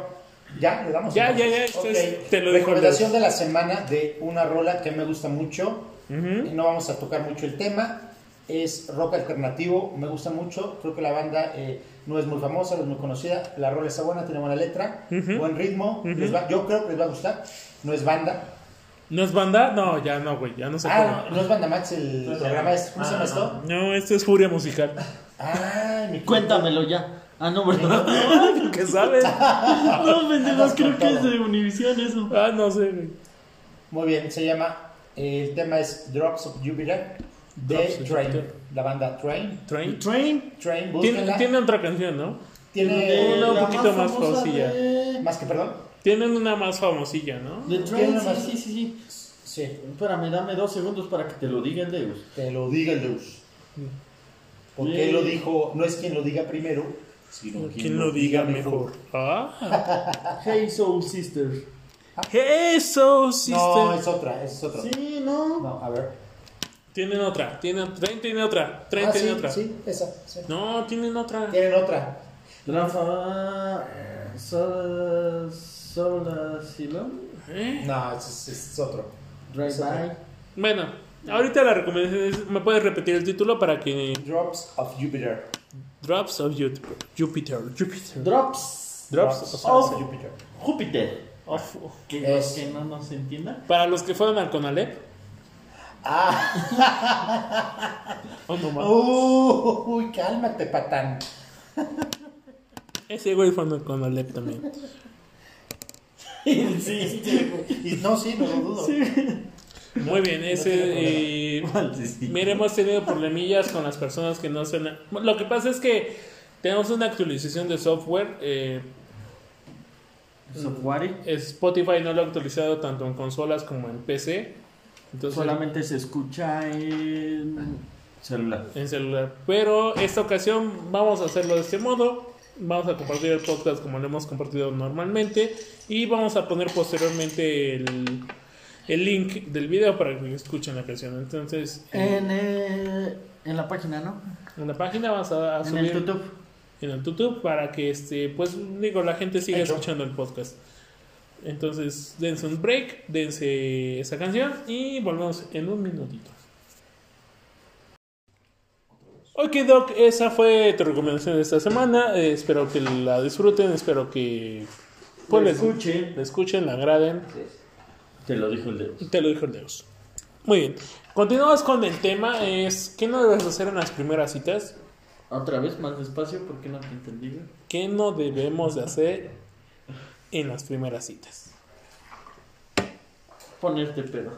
Speaker 3: ya le damos.
Speaker 1: Ya,
Speaker 3: entonces?
Speaker 1: ya, ya, esto
Speaker 3: Ok.
Speaker 1: es- te lo dejo
Speaker 3: Recomendación de la semana de una rola que me gusta mucho.
Speaker 1: Ujú.
Speaker 3: No vamos a tocar mucho el tema. Es rock alternativo, me gusta mucho. Creo que la banda eh, no es muy famosa, no es muy conocida. La rola está buena, tiene buena letra,
Speaker 1: Ujú.
Speaker 3: buen ritmo. les va- yo creo que les va a gustar. No es banda.
Speaker 1: ¿No es banda? No, ya no, güey, ya no se puede.
Speaker 3: Ah, no, no es banda Max el
Speaker 4: No es
Speaker 3: programa.
Speaker 4: banda.
Speaker 3: es- ¿Cómo se llama
Speaker 4: Ah,
Speaker 3: esto?
Speaker 1: No, esto es furia musical.
Speaker 3: Ay, mi
Speaker 2: Cuéntamelo ya. Ah, no, ¿verdad?
Speaker 1: ¿Qué sabes?
Speaker 2: no, pendejos,
Speaker 3: Andas
Speaker 2: creo
Speaker 3: con
Speaker 2: que es
Speaker 3: todo.
Speaker 2: de Univision eso.
Speaker 1: Ah, no sé, güey.
Speaker 3: Muy bien, se llama. eh, el tema es Drops of Jupiter de
Speaker 1: Drops of
Speaker 3: Train,
Speaker 1: Jupiter.
Speaker 3: la banda Train.
Speaker 1: Train.
Speaker 2: Train.
Speaker 3: Train,
Speaker 1: Tiene,
Speaker 3: búsquenla.
Speaker 1: tiene otra canción, ¿no?
Speaker 3: Tiene-
Speaker 1: Una un
Speaker 2: la
Speaker 1: poquito más
Speaker 2: famosa
Speaker 1: famosilla.
Speaker 2: De,
Speaker 3: Más que perdón.
Speaker 1: Tienen una más famosilla, ¿no?
Speaker 2: de
Speaker 3: Tiene
Speaker 2: Train,
Speaker 3: una más-
Speaker 2: sí, sí, sí, sí.
Speaker 3: Sí,
Speaker 2: Espérame, dame dos segundos para que te lo diga el Deus.
Speaker 3: te lo diga el Deus. Porque
Speaker 2: Sí.
Speaker 3: él lo dijo, no es quien lo diga primero, sino quien,
Speaker 1: Quien lo diga mejor. Ah.
Speaker 2: Hey Soul Sister.
Speaker 1: Eso,
Speaker 3: Ah. No,
Speaker 1: sister.
Speaker 3: es otra, es otra.
Speaker 2: Sí, no.
Speaker 3: No, a ver.
Speaker 1: Tienen otra. Tienen, Train tiene otra. Train
Speaker 3: Ah,
Speaker 1: tiene
Speaker 3: sí,
Speaker 1: otra.
Speaker 3: sí, esa. sí.
Speaker 1: No, tienen otra.
Speaker 3: Tienen otra.
Speaker 2: Rafa. Sola. Sola. Silo.
Speaker 1: ¿Eh?
Speaker 3: No, es, es- es otro.
Speaker 2: Drive
Speaker 3: Es otra.
Speaker 2: by.
Speaker 1: Bueno, ahorita la recomendación es, ¿me puedes repetir el título para que...
Speaker 3: Drops of Jupiter.
Speaker 1: Drops of Jupiter. Jupiter. Jupiter.
Speaker 2: Drops.
Speaker 1: Drops of-
Speaker 3: of Jupiter.
Speaker 2: Júpiter.
Speaker 1: of-
Speaker 2: Que,
Speaker 3: Es-
Speaker 2: que no nos entienda.
Speaker 1: Para los que fueron al Conalep.
Speaker 3: Ah,
Speaker 1: Oh, no, mames.
Speaker 3: uy, cálmate, patán.
Speaker 1: Ese güey fue al Conalep también.
Speaker 2: Insiste, güey.
Speaker 3: Y no, sí, no lo dudo.
Speaker 1: Muy bien, ese... eh,
Speaker 2: Maldito.
Speaker 1: Mira, hemos tenido problemillas con las personas que no suenan. Lo que pasa es que tenemos una actualización de software. eh,
Speaker 2: Software.
Speaker 1: Spotify no lo ha actualizado tanto en consolas como en PC. Entonces,
Speaker 2: Solamente se escucha en celular.
Speaker 1: en celular. Pero esta ocasión vamos a hacerlo de este modo. Vamos a compartir el podcast como lo hemos compartido normalmente. Y vamos a poner posteriormente el, el link del video para que escuchen la canción. Entonces, eh,
Speaker 2: En, eh, en la página, ¿no?
Speaker 1: en la página vas a, a
Speaker 2: en
Speaker 1: subir.
Speaker 2: el YouTube.
Speaker 1: en el YouTube para que este pues digo la gente siga
Speaker 3: Hecho.
Speaker 1: escuchando el podcast entonces dense un break dense esa canción y volvemos en un minutito Ok, Doc, esa fue tu recomendación de esta semana. Eh, espero que la disfruten, espero que pues,
Speaker 2: Lo
Speaker 1: les-
Speaker 2: escuchen.
Speaker 1: la escuchen, la agraden.
Speaker 2: Te lo dijo el dedo.
Speaker 1: Te lo dijo el Deus. Muy bien. Continuamos con el tema, es ¿qué no debes hacer en las primeras citas?
Speaker 2: Otra vez, más despacio, porque no te entendí. güey?
Speaker 1: ¿Qué no debemos de hacer en las primeras citas?
Speaker 2: Ponerte pedo.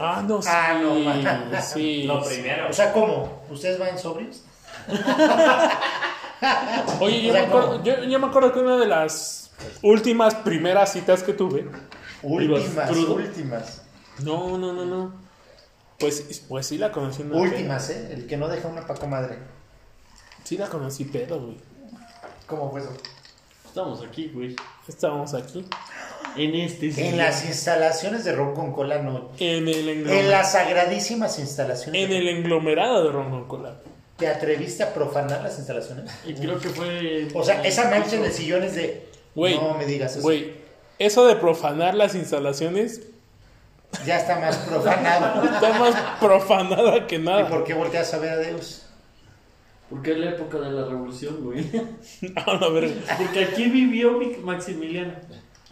Speaker 1: Ah, no, sí,
Speaker 3: Ah, no, ma.
Speaker 1: sí,
Speaker 4: Lo
Speaker 1: sí.
Speaker 4: primero.
Speaker 3: O sea, ¿cómo? ¿Ustedes van sobrios?
Speaker 1: Oye, yo
Speaker 3: O sea,
Speaker 1: me, acuerdo,
Speaker 3: ¿cómo?
Speaker 1: yo, yo me acuerdo que una de las últimas primeras citas que tuve.
Speaker 3: Últimas,
Speaker 2: crudo.
Speaker 3: últimas.
Speaker 1: No, no, no, no. Pues, pues sí la conocí. en una
Speaker 3: Últimas, ¿eh? El que no deja una pa' comadre.
Speaker 1: peda. Sí la conocí, pedo, güey.
Speaker 3: ¿Cómo fue eso?
Speaker 2: Estamos aquí, güey.
Speaker 1: Estábamos aquí.
Speaker 2: En este
Speaker 3: En las instalaciones de Ron con Cola, no.
Speaker 1: En el englomerado.
Speaker 3: En las sagradísimas instalaciones.
Speaker 1: En el englomerado de Ronconcola.
Speaker 3: ¿Te atreviste a profanar las instalaciones?
Speaker 2: Y creo que fue.
Speaker 3: O sea, esa mancha de sillones de.
Speaker 1: Güey,
Speaker 3: no me digas eso.
Speaker 1: Güey, eso de profanar las instalaciones
Speaker 3: Ya está más profanado.
Speaker 1: está más profanada que
Speaker 3: ¿Y
Speaker 1: nada.
Speaker 3: por qué volteas a ver a Deus?
Speaker 2: Porque es la época de la revolución, güey.
Speaker 1: A la verga.
Speaker 2: Porque aquí vivió mi- Maximiliano.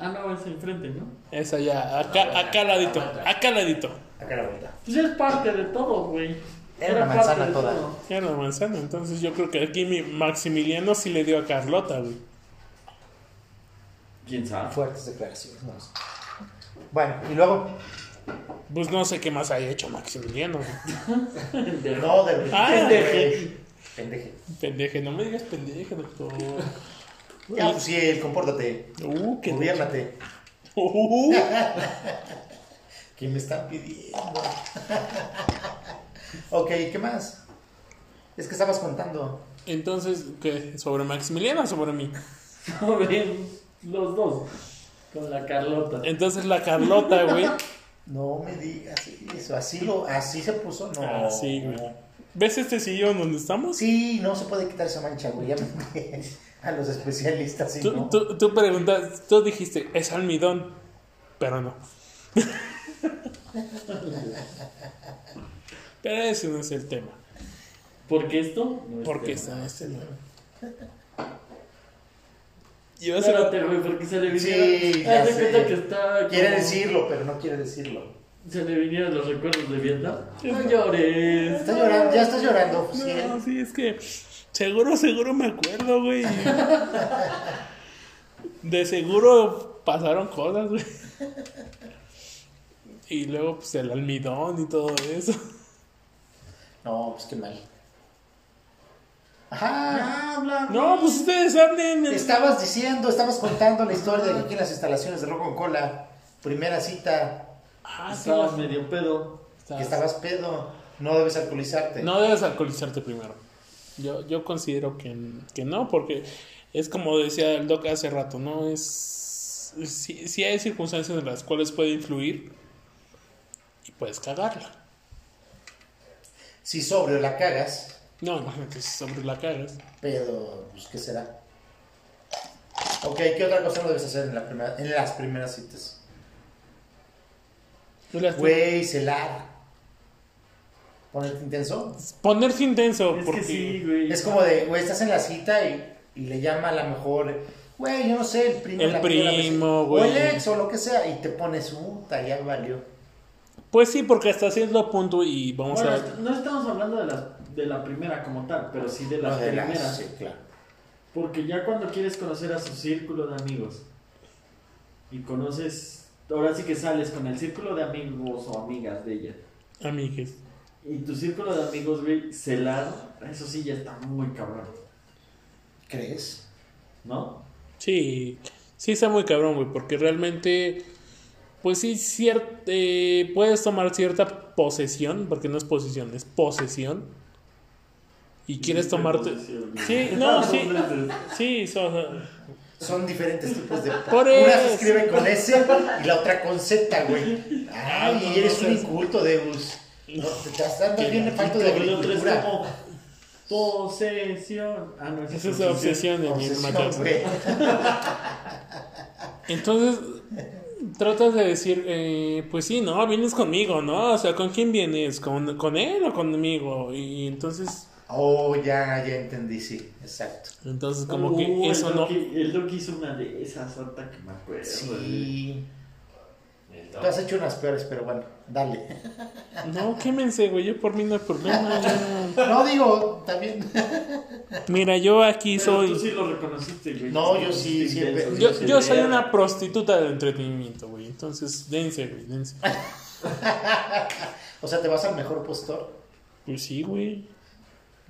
Speaker 2: Ah, no, es enfrente, ¿no?
Speaker 1: Esa ya, acá, acá al ladito, acá al ladito.
Speaker 3: Acá la vuelta.
Speaker 2: Pues es parte de todo, güey.
Speaker 3: Era una manzana
Speaker 2: parte de
Speaker 3: toda.
Speaker 2: todo.
Speaker 1: Era la manzana, entonces yo creo que aquí mi Maximiliano sí le dio a Carlota, güey.
Speaker 2: ¿Quién
Speaker 1: Ah.
Speaker 2: sabe?
Speaker 3: Fuertes declaraciones. no sé. Bueno, y luego.
Speaker 1: Pues no sé qué más haya hecho Maximiliano. güey.
Speaker 3: No, de
Speaker 1: Ah,
Speaker 3: pendeje. Pendeje.
Speaker 1: Pendeje, no me digas pendeje, doctor.
Speaker 3: Ya, pues sí, él, compórtate.
Speaker 1: Uh, qué
Speaker 3: Gobiérnate.
Speaker 1: Uh,
Speaker 3: ¿Qué me están pidiendo? ok, ¿qué más? Es que estabas contando.
Speaker 1: Entonces, ¿qué? ¿Sobre Maximiliano o sobre mí?
Speaker 2: Sobre los dos. Con la Carlota.
Speaker 1: Entonces la Carlota, güey.
Speaker 3: No me digas eso. Así, lo, así se puso. No.
Speaker 1: Ah, sí, güey. ¿Ves este sillón donde estamos?
Speaker 3: Sí, no se puede quitar esa mancha, güey. Ya me a los especialistas. Sí,
Speaker 1: Tú,
Speaker 3: no.
Speaker 1: tú- tú preguntas, tú dijiste, es almidón, pero no. pero ese no es el tema.
Speaker 2: ¿Por qué esto? No es
Speaker 1: Porque
Speaker 2: tema.
Speaker 1: está en este nuevo. Y vas a-
Speaker 2: Espérate, güey, porque se le vinieron.
Speaker 3: Sí, ya
Speaker 2: Haz de cuenta
Speaker 3: sé.
Speaker 2: que está. como-
Speaker 3: Quiere decirlo, pero no quiere decirlo.
Speaker 2: Se le vinieron los recuerdos de Vietnam. No llores.
Speaker 3: Está llorando, ya está llorando. pues, sí,
Speaker 1: No,
Speaker 3: ¿eh?
Speaker 1: sí, es que seguro, seguro me acuerdo, güey. De seguro pasaron cosas, güey. Y luego, pues, el almidón y todo eso.
Speaker 3: No, pues qué mal. Ajá.
Speaker 2: Habla.
Speaker 1: No, pues ustedes hablen.
Speaker 3: Estabas diciendo, estabas contando la historia de aquí en las instalaciones de Rock Cola. Primera cita,
Speaker 1: Ah, sí,
Speaker 2: Estabas medio pedo.
Speaker 3: que
Speaker 1: estabas-
Speaker 3: estabas pedo. No debes
Speaker 2: Este,
Speaker 3: alcoholizarte.
Speaker 1: Ah. No debes alcoholizarte primero. Yo, yo considero que, que no, porque es como decía el doc hace rato, ¿no? Es. Si, hay circunstancias en las cuales puede influir y puedes cagarla.
Speaker 3: Si sobrio la cagas,
Speaker 1: No, imagínate si sobre la cagas.
Speaker 3: pero pues qué será. Ok, ¿qué otra cosa no debes hacer en, la primera- en las primeras citas?
Speaker 1: Tú las-
Speaker 3: Güey, celar. Ponerte intenso.
Speaker 1: Ponerse intenso,
Speaker 2: Es
Speaker 1: porque.
Speaker 2: que sí, güey.
Speaker 3: Es como de, güey, estás en la cita y, y le llama a lo mejor, güey, yo no sé, el primo.
Speaker 1: El
Speaker 3: la primera vez.
Speaker 1: primo,
Speaker 3: O el
Speaker 1: güey.
Speaker 3: ex o lo que sea. Y te pones, puta, ya valió.
Speaker 1: Pues sí, porque hasta cierto punto y vamos
Speaker 2: Bueno,
Speaker 1: a.
Speaker 2: est- no estamos hablando de la, de la primera como tal, pero sí de las
Speaker 3: No, de las-
Speaker 2: primeras.
Speaker 3: sí, claro.
Speaker 2: Porque ya cuando quieres conocer a su círculo de amigos y conoces, ahora sí que sales con el círculo de amigos o amigas de ella.
Speaker 1: Amigues.
Speaker 2: Y tu círculo de amigos, güey, celado, eso sí ya está muy cabrón,
Speaker 3: ¿Crees?
Speaker 2: ¿no?
Speaker 1: Sí, sí está muy cabrón, güey, porque realmente, pues sí, cier- eh, puedes tomar cierta posesión, porque no es posesión, es posesión. Y quieres tomarte... Sí, no, sí, sí, so- so-
Speaker 3: Son diferentes tipos de.
Speaker 1: Por
Speaker 3: Una
Speaker 1: eso.
Speaker 3: se escribe con S y la otra con Z, güey. Ay,
Speaker 1: Ah, No, no,
Speaker 3: eres
Speaker 1: no,
Speaker 3: un
Speaker 1: no.
Speaker 3: inculto, Deus. No, te estás dando
Speaker 1: Qué
Speaker 3: bien de falto de
Speaker 2: el otro es
Speaker 3: cultura.
Speaker 2: como posesión. Ah, no,
Speaker 1: esa es la obsesión de mi
Speaker 3: Obsesión,
Speaker 1: hermano.
Speaker 3: güey.
Speaker 1: Entonces, tratas de decir, eh, pues sí, no, vienes conmigo, ¿no? O sea, ¿con quién vienes? ¿Con, con él o conmigo? Y entonces,
Speaker 3: Oh, ya, ya entendí, sí, exacto.
Speaker 1: Entonces, como
Speaker 2: Uh,
Speaker 1: que
Speaker 2: el
Speaker 1: eso no.
Speaker 2: Doki- El Doki hizo una de esas, ahorita que me acuerdo.
Speaker 3: Sí.
Speaker 4: El
Speaker 3: Tú has
Speaker 4: Doc.
Speaker 3: hecho unas peores, pero bueno, dale.
Speaker 1: No, quémense, güey. Yo por mí no hay problema. ya.
Speaker 3: No digo, también.
Speaker 1: Mira, yo aquí
Speaker 2: Pero
Speaker 1: soy.
Speaker 2: Tú sí lo reconociste, güey.
Speaker 3: No,
Speaker 2: Te
Speaker 3: yo sí,
Speaker 2: pusiste
Speaker 3: sí,
Speaker 2: intenso,
Speaker 3: pero-
Speaker 1: Yo,
Speaker 2: sí,
Speaker 1: yo
Speaker 2: sí,
Speaker 1: soy
Speaker 2: sí.
Speaker 1: una prostituta del entretenimiento, güey. Entonces, dense, güey, dense.
Speaker 3: O sea, te vas al mejor postor,
Speaker 1: Pues sí, güey. Mm,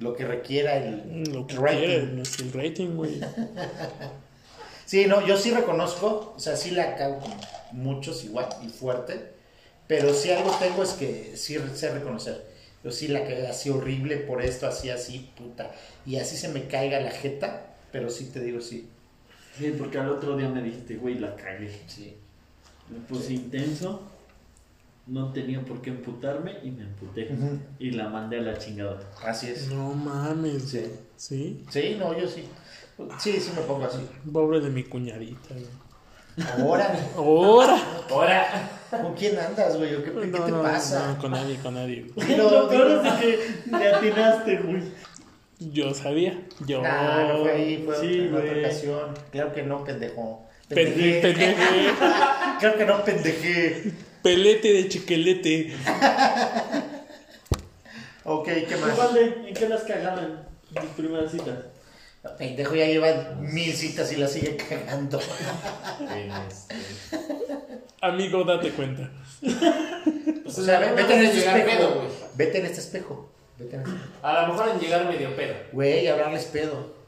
Speaker 3: lo que requiera el
Speaker 1: Lo que
Speaker 3: rating.
Speaker 1: quieran, es el rating, güey.
Speaker 3: Sí, no, yo sí reconozco, o sea, sí la cago con muchos igual y fuerte, pero si algo tengo es que sí sé reconocer. Yo sí la cagué así horrible por esto, así, así, puta. Y así se me caiga la jeta, pero sí te digo sí.
Speaker 2: Sí, porque al otro día me dijiste, güey, la cagué.
Speaker 3: Sí.
Speaker 2: Me puse intenso, no tenía por qué emputarme y me emputé.
Speaker 3: Ujú.
Speaker 2: Y la mandé a la chingada.
Speaker 3: Así es.
Speaker 1: No mames,
Speaker 3: Sí.
Speaker 1: güey. Sí.
Speaker 3: Sí, no, yo sí. Sí, sí me pongo así.
Speaker 1: Pobre de mi cuñadita, güey.
Speaker 3: Ahora,
Speaker 1: ¡Ahora!
Speaker 4: Ahora,
Speaker 3: ¿con quién andas, güey? ¿O ¿Qué, qué
Speaker 1: No,
Speaker 3: te
Speaker 1: no,
Speaker 3: pasa?
Speaker 1: no, con nadie, con nadie. güey.
Speaker 3: Dilo,
Speaker 2: Lo peor
Speaker 3: dilo.
Speaker 2: es que le atinaste, güey.
Speaker 1: Yo sabía. Yo.
Speaker 3: Nah, no fue ahí, fue
Speaker 2: Sí,
Speaker 3: en otra
Speaker 2: güey.
Speaker 3: ocasión. Claro que no, pendejo.
Speaker 1: Pende-
Speaker 3: Pendejé.
Speaker 1: pendeje.
Speaker 3: Claro que no, pendejé.
Speaker 1: Pelete de chiquelete.
Speaker 3: Ok, ¿qué
Speaker 2: Tú,
Speaker 3: más?
Speaker 2: vale, ¿en qué las cagaban mis primeras citas?
Speaker 3: Pendejo ya lleva mil citas y la sigue cagando.
Speaker 4: en este,
Speaker 1: Amigo, date cuenta.
Speaker 3: O
Speaker 4: pues,
Speaker 3: sea, ve-
Speaker 4: alguna
Speaker 3: vete en
Speaker 4: vez
Speaker 3: este
Speaker 4: llegar pedo,
Speaker 3: espejo.
Speaker 4: güey.
Speaker 3: Vete en este espejo. Vete en este espejo.
Speaker 4: A lo mejor en llegar medio pedo.
Speaker 3: Güey, hablarles pedo.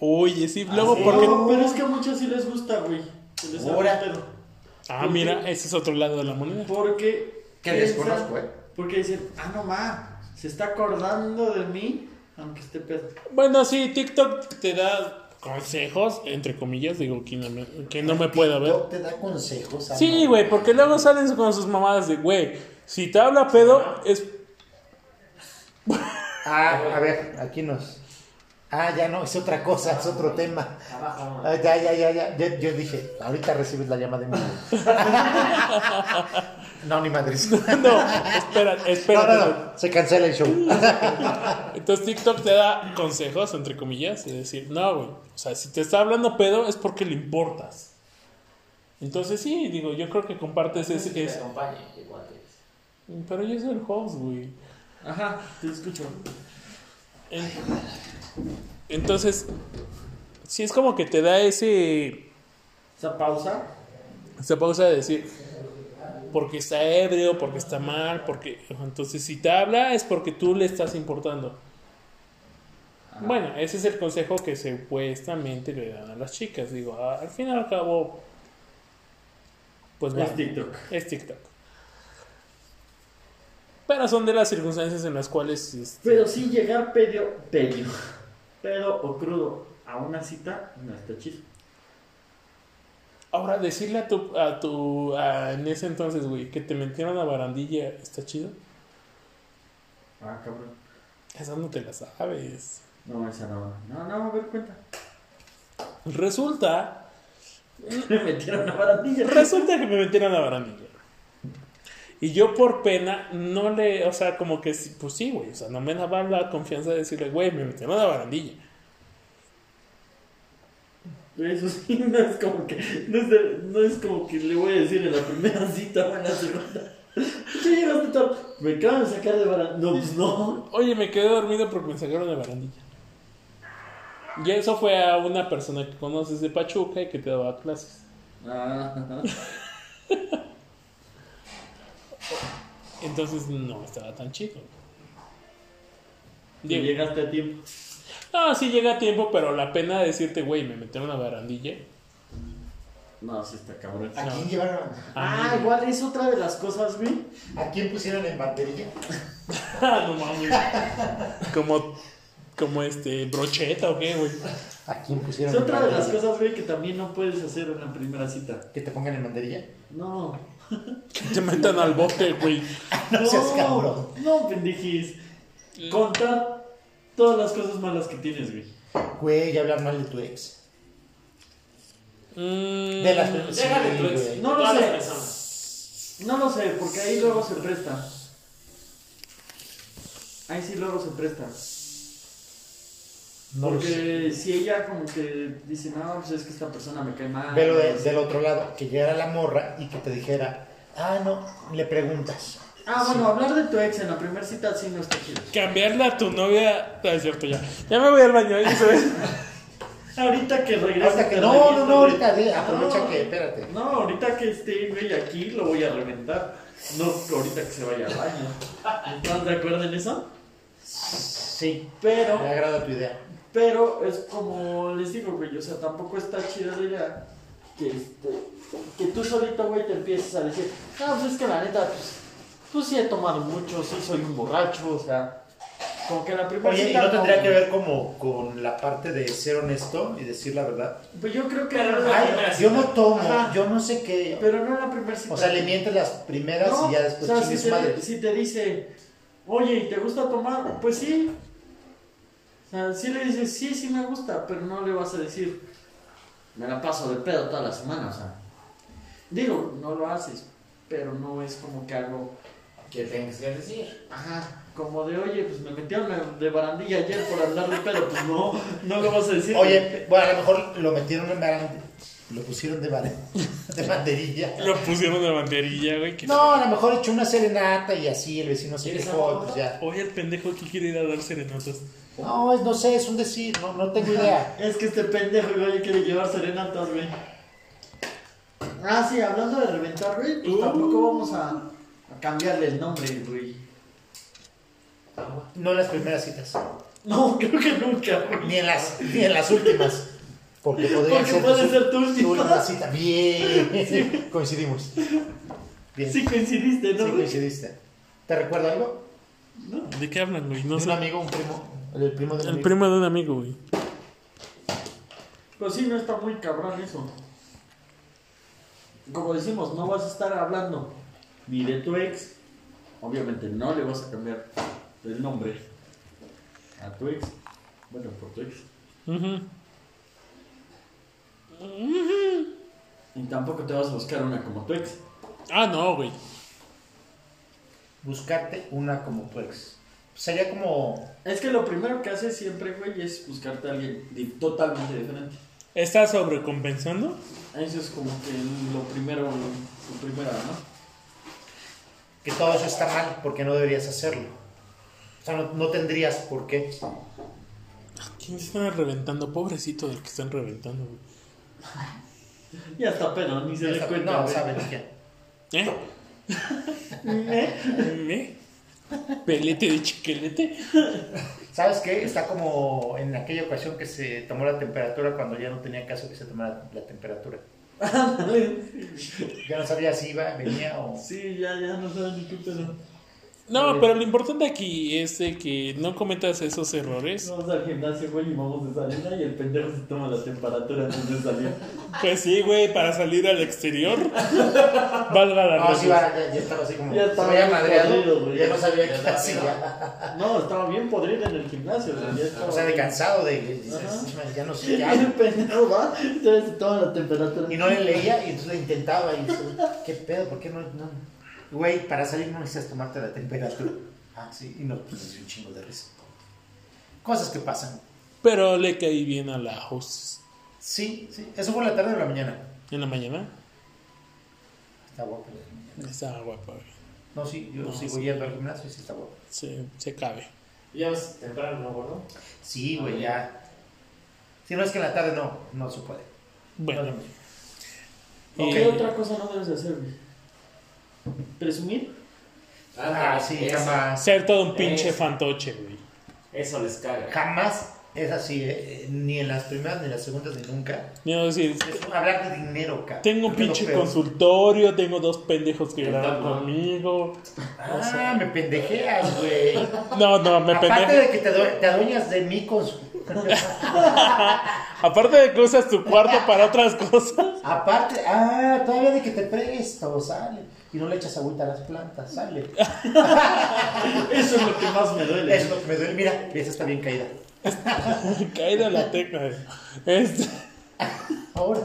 Speaker 1: Oye, sí, luego
Speaker 3: ¿Ah,
Speaker 4: sí.
Speaker 1: porque.
Speaker 2: No, pero es que a muchos sí les gusta, güey. Se les abre
Speaker 3: Ahora.
Speaker 2: el pedo.
Speaker 1: Ah, mira, ese es otro lado de la moneda.
Speaker 2: Porque.
Speaker 3: Que
Speaker 2: piensan-
Speaker 3: desconozco, ¿eh?
Speaker 2: Porque dicen, ah, no ma, se está acordando de mí, aunque esté pedo.
Speaker 1: Bueno, sí, TikTok te da consejos, entre comillas, digo, que no me, que no me pueda ver.
Speaker 3: No te da consejos. Ana.
Speaker 1: Sí, güey, porque luego salen con sus mamadas de, güey, si te habla pedo, es...
Speaker 3: Ah, a ver, aquí nos. Ah, ya no, es otra cosa, es otro tema.
Speaker 4: Abajo.
Speaker 3: Ah, ya, ya, ya, ya, ya. Yo dije, ahorita recibes la llama de mí. no, ni madres. No,
Speaker 1: No, espera, espera.
Speaker 3: no, no, se cancela el show.
Speaker 1: Entonces TikTok te da consejos, entre comillas, de decir, no, güey, o sea, si te está hablando pedo es porque le importas. Entonces sí, digo, yo creo que compartes ese...
Speaker 4: Que te
Speaker 1: ese-
Speaker 4: acompañe, que guantes.
Speaker 1: Pero yo soy el host, güey.
Speaker 2: Ajá, te escucho.
Speaker 1: En- Entonces, sí es como que te da ese...
Speaker 2: Esa pausa.
Speaker 1: esa pausa de decir porque está ebrio, porque está mal, porque entonces si te habla es porque tú le estás importando. Bueno, ese es el consejo que supuestamente le dan a las chicas. Digo, a- al fin y al cabo, pues va,
Speaker 2: Es TikTok.
Speaker 1: es TikTok. Pero son de las circunstancias en las cuales este,
Speaker 2: Pero sí llegar pedio, pedio, pedo o crudo a una cita no está chido.
Speaker 1: Ahora, decirle a tu, a tu, a- en ese entonces, güey, que te metieron a barandilla, ¿está chido?
Speaker 2: Ah, cabrón.
Speaker 1: Esa no te la sabes.
Speaker 2: No, esa no. No, no, a ver, cuenta.
Speaker 1: Pues Resulta
Speaker 2: Me metieron una barandilla.
Speaker 1: Resulta que me metieron a barandilla. Y yo por pena no le, o sea, como que, sí, pues sí, güey, o sea, no me daba la confianza de decirle, güey, me metieron a barandilla.
Speaker 2: Eso sí, no es como que. No es, de- no es como que le voy a decir en la primera cita o en la segunda. ¿Qué llegaste tal? Me acaban de sacar de barandilla. No, pues no.
Speaker 1: Oye, me quedé dormido porque me sacaron de barandilla. Y eso fue a una persona que conoces de Pachuca y que te daba clases.
Speaker 2: Ah,
Speaker 1: Entonces no estaba tan chido.
Speaker 2: y
Speaker 1: Digo,
Speaker 2: llegaste a tiempo.
Speaker 1: no, sí llega a tiempo, pero la pena de decirte, güey, me metieron a barandilla.
Speaker 2: No, sí está cabrón.
Speaker 3: ¿A quién
Speaker 1: No.
Speaker 3: llevaron?
Speaker 2: Ah, igual es otra de las cosas, güey.
Speaker 3: ¿A quién pusieron en banderilla?
Speaker 1: Ah, no mames. Como, como este, brocheta o qué, güey.
Speaker 3: ¿A quién pusieron
Speaker 2: Es otra de las
Speaker 3: banderilla?
Speaker 2: cosas, güey, que también no puedes hacer en la primera cita.
Speaker 3: ¿Que te pongan en banderilla?
Speaker 2: No.
Speaker 1: Que te metan al bote, güey.
Speaker 3: No seas cabrón.
Speaker 2: No, pendejis. Contar todas las cosas malas que tienes, güey.
Speaker 3: Güey, hablar mal de tu ex.
Speaker 1: Mm,
Speaker 3: De las
Speaker 4: Déjale tu ex.
Speaker 3: güey.
Speaker 2: No lo
Speaker 4: todas las
Speaker 2: sé.
Speaker 4: personas.
Speaker 2: No lo sé, porque ahí luego se presta. Ahí sí luego se presta.
Speaker 3: No lo sé.
Speaker 2: Porque si ella como que dice, no, pues es que esta persona me cae mal.
Speaker 3: Pero de- del otro lado, que llegara la morra y que te dijera, ah, no, le preguntas.
Speaker 2: Ah, bueno, hablar de tu ex en la primera cita sí no está chido.
Speaker 1: Cambiarla a tu novia. No, es cierto, ya. Ya me voy al baño. ahí se ve.
Speaker 2: Ahorita que regrese.
Speaker 3: Hasta que
Speaker 2: te
Speaker 3: no,
Speaker 2: reviento,
Speaker 3: no, no,
Speaker 2: güey. Ah,
Speaker 3: ahorita, di- aprovecha
Speaker 2: No.
Speaker 3: que, espérate.
Speaker 2: No, ahorita que esté güey aquí lo voy a reventar. No, ahorita que se vaya al baño. ¿Están de acuerdo en eso?
Speaker 3: Sí,
Speaker 2: Pero,
Speaker 3: me agrada tu idea.
Speaker 2: pero es como les digo, güey, o sea, tampoco está chida la idea que, este, que tú solito, güey, te empieces a decir, no, pues es que la neta, pues, pues sí he tomado mucho, sí soy un borracho, o sea, como que en la primera
Speaker 3: Oye, ¿y
Speaker 2: cita
Speaker 3: no tendría
Speaker 2: como-
Speaker 3: que ver como con la parte de ser honesto y decir la verdad?
Speaker 2: Pues yo creo que
Speaker 4: Pero
Speaker 2: no,
Speaker 4: no-
Speaker 3: Ay,
Speaker 4: primera
Speaker 3: yo
Speaker 4: cita.
Speaker 3: no tomo,
Speaker 2: Ajá.
Speaker 3: yo no sé qué.
Speaker 2: pero no en la primera cita.
Speaker 3: O sea, le mientes las primeras
Speaker 2: No,
Speaker 3: y ya después
Speaker 2: o sea,
Speaker 3: chingue
Speaker 2: si
Speaker 3: su madre.
Speaker 2: te, si te dice, oye, ¿y te gusta tomar? Pues sí. O sea, sí le dices, sí, sí me gusta, pero no le vas a decir, me la paso de pedo toda la semana, o sea. Digo, no lo haces, pero no es como que algo,
Speaker 4: ¿Qué tengas que decir?
Speaker 2: ajá, como de, oye, pues me metieron de- de barandilla ayer por andar de pedo, pues no, no lo vas a decir.
Speaker 3: Oye, bueno, a lo mejor lo metieron en barande- lo pusieron de, bande- de banderilla.
Speaker 1: Lo pusieron de banderilla, güey. que-
Speaker 3: No, a lo mejor echó una serenata y así el vecino se
Speaker 4: ¿Quieres
Speaker 3: quejó,
Speaker 4: algo?
Speaker 3: pues ya.
Speaker 1: Oye, el pendejo que quiere ir a dar serenatas.
Speaker 3: No, es- no sé, es un decir, no, no tengo idea.
Speaker 2: Es que este pendejo, güey, quiere llevar serenatas, güey. Ah, sí, hablando de reventar, güey, pues
Speaker 1: Uh.
Speaker 2: tampoco vamos a, a cambiarle el nombre, güey.
Speaker 3: No en las primeras citas,
Speaker 2: No, creo que nunca,
Speaker 3: ni
Speaker 2: güey.
Speaker 3: en las, ni en las últimas. Porque podría
Speaker 2: Porque
Speaker 3: ser,
Speaker 2: puede
Speaker 3: tu-
Speaker 2: ser tu
Speaker 3: tu última
Speaker 2: última.
Speaker 3: cita. Bien, coincidimos. Bien,
Speaker 2: Sí coincidiste,
Speaker 3: sí
Speaker 2: ¿no, güey?
Speaker 3: coincidiste. ¿Te recuerda algo?
Speaker 2: No.
Speaker 1: ¿De qué hablan, güey? No
Speaker 3: ¿De un
Speaker 1: sé.
Speaker 3: amigo, un primo? El primo de un
Speaker 1: El
Speaker 3: amigo.
Speaker 1: primo de un amigo, güey.
Speaker 2: Pues sí, no está muy cabrón eso. Como decimos, no vas a estar hablando ni de tu ex. Obviamente no le vas a cambiar el nombre a tu ex. Bueno, por tu ex.
Speaker 1: Ujú.
Speaker 2: Y tampoco te vas a buscar una como tu ex.
Speaker 1: Ah, no, güey.
Speaker 3: Buscarte una como tu ex. Sería como.
Speaker 2: Es que lo primero que haces siempre, güey, es buscarte a alguien di- totalmente diferente.
Speaker 1: ¿Estás sobrecompensando?
Speaker 2: Eso es como que lo primero, lo primero, ¿no?
Speaker 3: que todo eso está mal porque no deberías hacerlo. O sea, no, no tendrías por qué.
Speaker 1: ¿Quién se están reventando? Pobrecito del que están reventando, güey.
Speaker 2: Y hasta pedo, ni se
Speaker 3: Esta-
Speaker 2: da cuenta.
Speaker 3: no,
Speaker 2: güey.
Speaker 3: saben ya.
Speaker 1: ¿Eh? ¿Eh? ¿Pelete de chiquelete?
Speaker 3: ¿Sabes qué? Está como en aquella ocasión que se tomó la temperatura cuando ya no tenía caso que se tomara la temperatura. Ya no sabía si iba, venía o.
Speaker 2: sí, ya, ya no sabes ni qué pedo.
Speaker 1: No, pero lo importante aquí es de que no cometas esos errores.
Speaker 2: Vamos al gimnasio, güey, y vamos de salida y el pendejo se toma la temperatura antes de salir.
Speaker 1: Pues sí, güey, para salir al exterior. Valga la
Speaker 3: No, Ah, sí,
Speaker 1: redundancia.
Speaker 3: va, ya, ya estaba así como.
Speaker 2: Ah, Ya estaba
Speaker 3: se veía
Speaker 2: bien jodido,
Speaker 3: madreado.
Speaker 2: güey.
Speaker 3: Ya no sabía
Speaker 4: Ya
Speaker 3: qué
Speaker 4: estaba
Speaker 3: hacía.
Speaker 2: No, estaba bien podrido en el gimnasio. güey, ya estaba
Speaker 3: O sea, de cansado, de. dices,
Speaker 2: Ajá.
Speaker 3: Ya no sé qué hago.
Speaker 2: El pendejo va, entonces se toma la temperatura.
Speaker 3: Y no le leía y entonces le intentaba y dice, ¿qué pedo? ¿Por qué no? no? Güey, para salir no necesitas tomarte la temperatura. Ah, sí, y nos pusimos un chingo de risa. Cosas que pasan.
Speaker 1: Pero le caí bien a la host
Speaker 3: Sí, sí. ¿Eso fue en la tarde o en la mañana?
Speaker 1: en la mañana.
Speaker 3: Está guapo.
Speaker 1: Estaba guapa, güey.
Speaker 3: No, sí, yo
Speaker 1: No,
Speaker 3: sigo
Speaker 1: sí.
Speaker 3: yendo al gimnasio y sí está guapo.
Speaker 1: Se, se cabe.
Speaker 4: Ya vas temprano, ¿no?
Speaker 3: Sí, güey, ya. Si no es que en la tarde no, no se puede. No,
Speaker 1: Bueno,
Speaker 3: no.
Speaker 2: ¿O
Speaker 1: Eh,
Speaker 2: ¿Qué otra cosa no debes de hacer, güey? ¿Presumir?
Speaker 3: Ah, sí,
Speaker 4: eso,
Speaker 3: jamás.
Speaker 1: ser todo un pinche
Speaker 4: Eh.
Speaker 1: fantoche, güey.
Speaker 4: eso les caga.
Speaker 3: Jamás es así, eh, eh, ni en las primeras, ni en las segundas, ni nunca.
Speaker 1: No, es decir,
Speaker 3: Es hablar de dinero, cabrón.
Speaker 1: tengo un
Speaker 3: Es lo
Speaker 1: pinche
Speaker 3: peor.
Speaker 1: consultorio, tengo dos pendejos que
Speaker 4: El
Speaker 1: graban
Speaker 4: tablo.
Speaker 1: conmigo.
Speaker 3: Ah, me pendejeas, güey.
Speaker 1: No, no, me
Speaker 3: Aparte
Speaker 1: pendejo.
Speaker 3: de que te, adue- te adueñas de mi consultorio.
Speaker 1: Aparte de que usas tu cuarto para otras cosas.
Speaker 3: Aparte, ah, todavía de que te pregues, todo sale. Y no le echas agüita a las plantas, sale.
Speaker 2: Eso es lo que más me duele.
Speaker 3: Eso me duele. Mira, esa está bien caída.
Speaker 1: Caída la tecla. güey. Este,
Speaker 3: Ahora,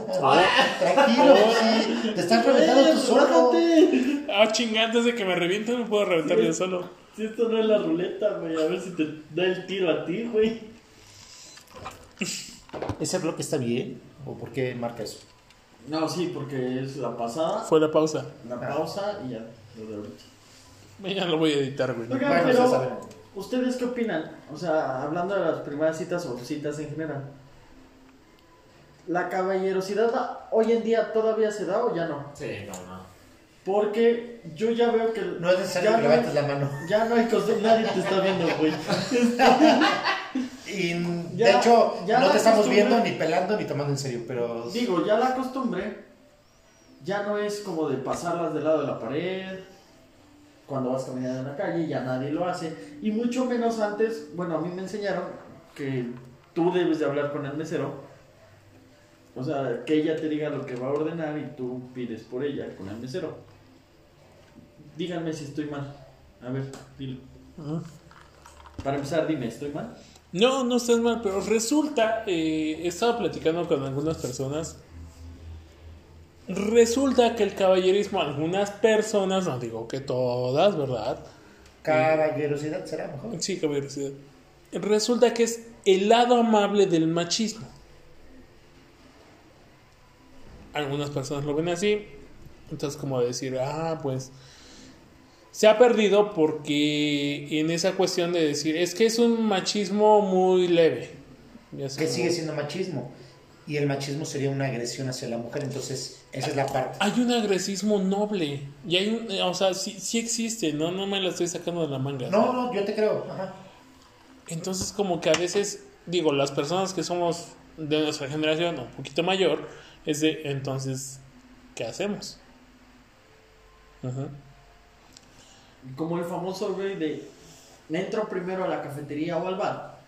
Speaker 3: tranquilo, sí. Te estás reventando tú solo.
Speaker 2: ¡Bájate!
Speaker 1: ah, chinga, antes de que me reviente, me puedo reventar yo solo.
Speaker 2: Si esto no es la ruleta, güey, a ver si te da el tiro a ti, güey.
Speaker 3: ¿Ese bloque está bien? ¿O por qué marca eso?
Speaker 2: No, sí, porque es la pasada,
Speaker 1: Fue la pausa.
Speaker 2: la pausa y ya. Lo de ahorita.
Speaker 1: Ya lo voy a editar, güey.
Speaker 2: Oigan,
Speaker 3: Bueno, ya
Speaker 2: pero,
Speaker 3: sabemos.
Speaker 2: ¿ustedes qué opinan? O sea, hablando de las primeras citas o citas en general. ¿La caballerosidad a- hoy en día todavía se da o ya no?
Speaker 4: Sí, no, no.
Speaker 2: Porque yo ya veo que...
Speaker 3: No es necesario
Speaker 2: ya
Speaker 3: que
Speaker 2: no
Speaker 3: levantes
Speaker 2: hay-
Speaker 3: la mano.
Speaker 2: Ya no hay costumbre, nadie te está viendo, güey.
Speaker 3: Y mm,
Speaker 2: Ya-
Speaker 3: de hecho,
Speaker 2: ya
Speaker 3: no
Speaker 2: la
Speaker 3: te estamos
Speaker 2: costumbre-
Speaker 3: viendo ni pelando ni tomando en serio, pero
Speaker 2: Digo, ya la costumbre ya no es como de pasarlas del lado de la pared. Cuando vas caminando en la calle, ya nadie lo hace. Y mucho menos antes, bueno, a mí me enseñaron que tú debes de hablar con el mesero. O sea, que ella te diga lo que va a ordenar y tú pides por ella con el mesero. Díganme si estoy mal. A ver, dilo.
Speaker 1: Ujú.
Speaker 2: Para empezar, dime, ¿estoy mal?
Speaker 1: No, no estás mal, pero resulta, eh, he estado platicando con algunas personas. Resulta que el caballerismo, algunas personas, no digo que todas, ¿verdad?
Speaker 3: caballerosidad será mejor.
Speaker 1: Sí, caballerosidad. Resulta que es el lado amable del machismo. Algunas personas lo ven así. Entonces, como decir, ah, pues. Se ha perdido porque en esa cuestión de decir, es que es un machismo muy leve. Ya es
Speaker 3: Que
Speaker 1: como-
Speaker 3: sigue siendo machismo. Y el machismo sería una agresión hacia la mujer, entonces esa es la parte.
Speaker 1: Hay un agresismo noble. Y hay un. eh, O sea, sí, sí existe, ¿no? No me la estoy sacando de la manga.
Speaker 3: No, no, yo te creo. Ajá.
Speaker 1: Entonces como que a veces, digo, las personas que somos de nuestra generación o un poquito mayor, es de, entonces, ¿qué hacemos? Ajá.
Speaker 2: Como el famoso güey de entro primero a la cafetería o al bar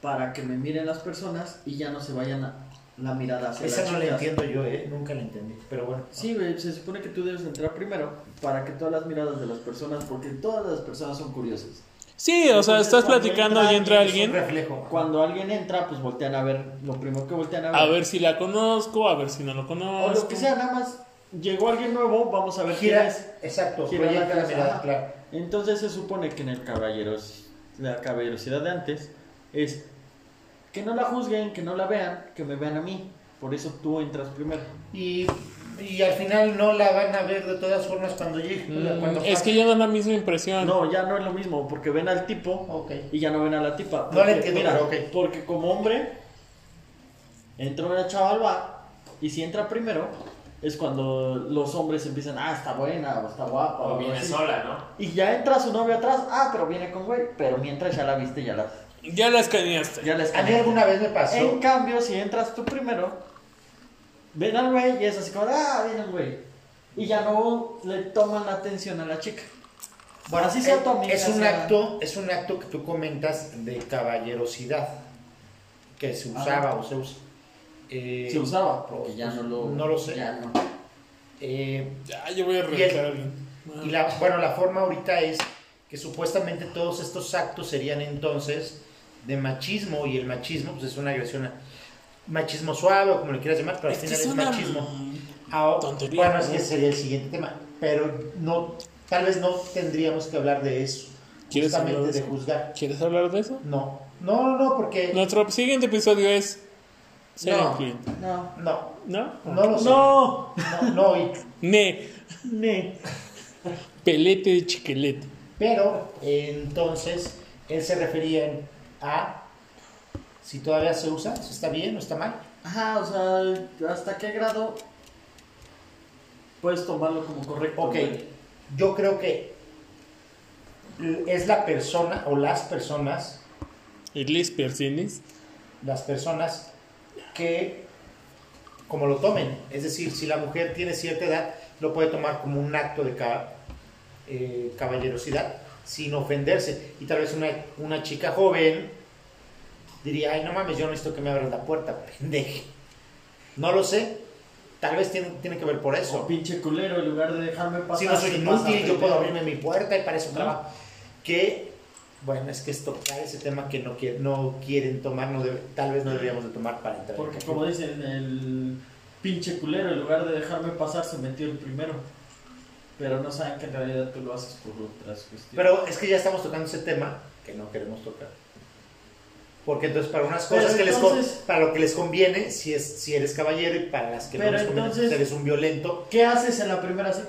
Speaker 2: para que me miren las personas y ya no se vayan a- la mirada hacia
Speaker 3: Esa
Speaker 2: las
Speaker 3: no la
Speaker 2: chicas.
Speaker 3: entiendo yo, ¿eh? Nunca la entendí. Pero bueno.
Speaker 2: Sí, güey, se supone que tú debes entrar primero para que todas las miradas de las personas, porque todas las personas son curiosas.
Speaker 1: Sí, o sea,
Speaker 2: Entonces,
Speaker 1: estás
Speaker 2: cuando
Speaker 1: platicando y entra alguien,
Speaker 3: Es un reflejo.
Speaker 2: Cuando alguien entra, pues voltean a ver, lo primero que voltean a ver.
Speaker 1: a ver si la conozco, a ver si no lo
Speaker 2: o
Speaker 1: conozco.
Speaker 2: lo que sea, nada más llegó alguien nuevo, vamos a ver quién
Speaker 3: Gira,
Speaker 2: es.
Speaker 3: exacto,
Speaker 2: Gira
Speaker 3: proyecta
Speaker 2: la
Speaker 3: la
Speaker 2: cabeza.
Speaker 3: mirada, claro.
Speaker 2: Entonces se supone que en el caballeros, la caballerosidad de antes es que no la juzguen, que no la vean, que me vean a mí. Por eso tú entras primero.
Speaker 3: Y, y al final no la van a ver de todas formas cuando llegue.
Speaker 1: Mm,
Speaker 3: cuando
Speaker 1: es
Speaker 3: pase.
Speaker 1: que ya da la misma
Speaker 3: Ah.
Speaker 1: impresión.
Speaker 2: No, ya no es lo mismo, porque ven al tipo
Speaker 3: Ok.
Speaker 2: y ya no ven a la tipa.
Speaker 3: No la entiendo, pero ok.
Speaker 2: Porque como hombre, entra una chava al bar y si entra primero es cuando los hombres empiezan, ah, está buena o está guapa.
Speaker 4: O
Speaker 2: algo
Speaker 4: viene
Speaker 2: así.
Speaker 4: sola, ¿no?
Speaker 2: Y ya entra su novio atrás, ah, pero viene con güey. Pero mientras ya la viste, ya la,
Speaker 1: Ya la escaneaste.
Speaker 2: ya la
Speaker 3: A mí
Speaker 2: escaneaste.
Speaker 3: alguna vez me pasó.
Speaker 2: En cambio, si entras tú primero, ven al güey y es así como, ah, viene el güey. Y ya no le toman la atención a la chica.
Speaker 3: Bueno,
Speaker 2: Así
Speaker 3: es,
Speaker 2: sea tu amiga,
Speaker 3: Eh, es un
Speaker 2: sea-
Speaker 3: acto, es un acto que tú comentas de caballerosidad que se usaba o se usa. Eh,
Speaker 2: Se usaba, porque
Speaker 3: pues,
Speaker 2: ya no lo.
Speaker 3: no lo sé.
Speaker 2: ya no.
Speaker 3: eh,
Speaker 1: Ya, yo voy a
Speaker 3: el-
Speaker 1: reventar a alguien. Ah.
Speaker 3: y la, bueno, la forma ahorita es que supuestamente todos estos actos serían entonces de machismo y el machismo pues es una agresión a- machismo suave o como le quieras llamar, pero al
Speaker 1: Es que
Speaker 3: final
Speaker 1: es
Speaker 3: es,
Speaker 1: una-
Speaker 3: machismo. Ah,
Speaker 1: tontería,
Speaker 3: bueno, es
Speaker 1: ¿no?
Speaker 3: que sería el siguiente tema, pero no, tal vez no tendríamos que hablar de eso,
Speaker 1: ¿Quieres
Speaker 3: justamente
Speaker 1: hablar de
Speaker 3: de
Speaker 1: eso?
Speaker 3: juzgar.
Speaker 1: ¿Quieres hablar de eso?
Speaker 3: No, no, no, no, porque no,
Speaker 1: Nuestro siguiente episodio es... Ser
Speaker 3: Eh. No.
Speaker 1: incluyente.
Speaker 2: No.
Speaker 3: no,
Speaker 1: ¿No?
Speaker 3: No lo sé.
Speaker 1: No.
Speaker 3: no, hoy.
Speaker 1: Ne.
Speaker 2: Ne.
Speaker 1: Pelete de chiquelete.
Speaker 3: Pero eh, entonces él se refería a si todavía se usa, si está bien o está mal.
Speaker 2: Ajá, o sea, ¿hasta qué grado puedes tomarlo como correcto?
Speaker 3: Ok,
Speaker 2: güey?
Speaker 3: yo creo que es la persona o las personas,
Speaker 1: El Lisper, ¿tienes?
Speaker 3: las personas que como lo tomen, es decir, si la mujer tiene cierta edad, lo puede tomar como un acto de ca- eh, caballerosidad sin ofenderse. Y tal vez una, una chica joven diría, ay, no mames, yo no necesito que me abras la puerta, pendeje. No lo sé, tal vez tiene, tiene que ver por eso.
Speaker 2: O pinche culero, en lugar de dejarme pasar.
Speaker 3: Si no soy
Speaker 2: te
Speaker 3: inútil,
Speaker 2: pasaste.
Speaker 3: yo puedo abrirme mi puerta y para eso trabajo. Que, bueno, es que es tocar ese tema que no, quiere- no quieren tomar, no debe- tal vez no deberíamos de tomar para entrar.
Speaker 2: Porque como dicen, el pinche culero, en lugar de dejarme pasar, se metió el primero. Pero no saben que en realidad tú lo haces por otras cuestiones.
Speaker 3: Pero es que ya estamos tocando ese tema que no queremos tocar. Porque entonces para unas
Speaker 2: Pero
Speaker 3: cosas que les con-
Speaker 2: entonces-
Speaker 3: para lo que les conviene, si es si eres caballero y para las que no
Speaker 2: Pero
Speaker 3: les conviene,
Speaker 2: entonces-
Speaker 3: eres un violento.
Speaker 2: ¿Qué haces en la primera cita?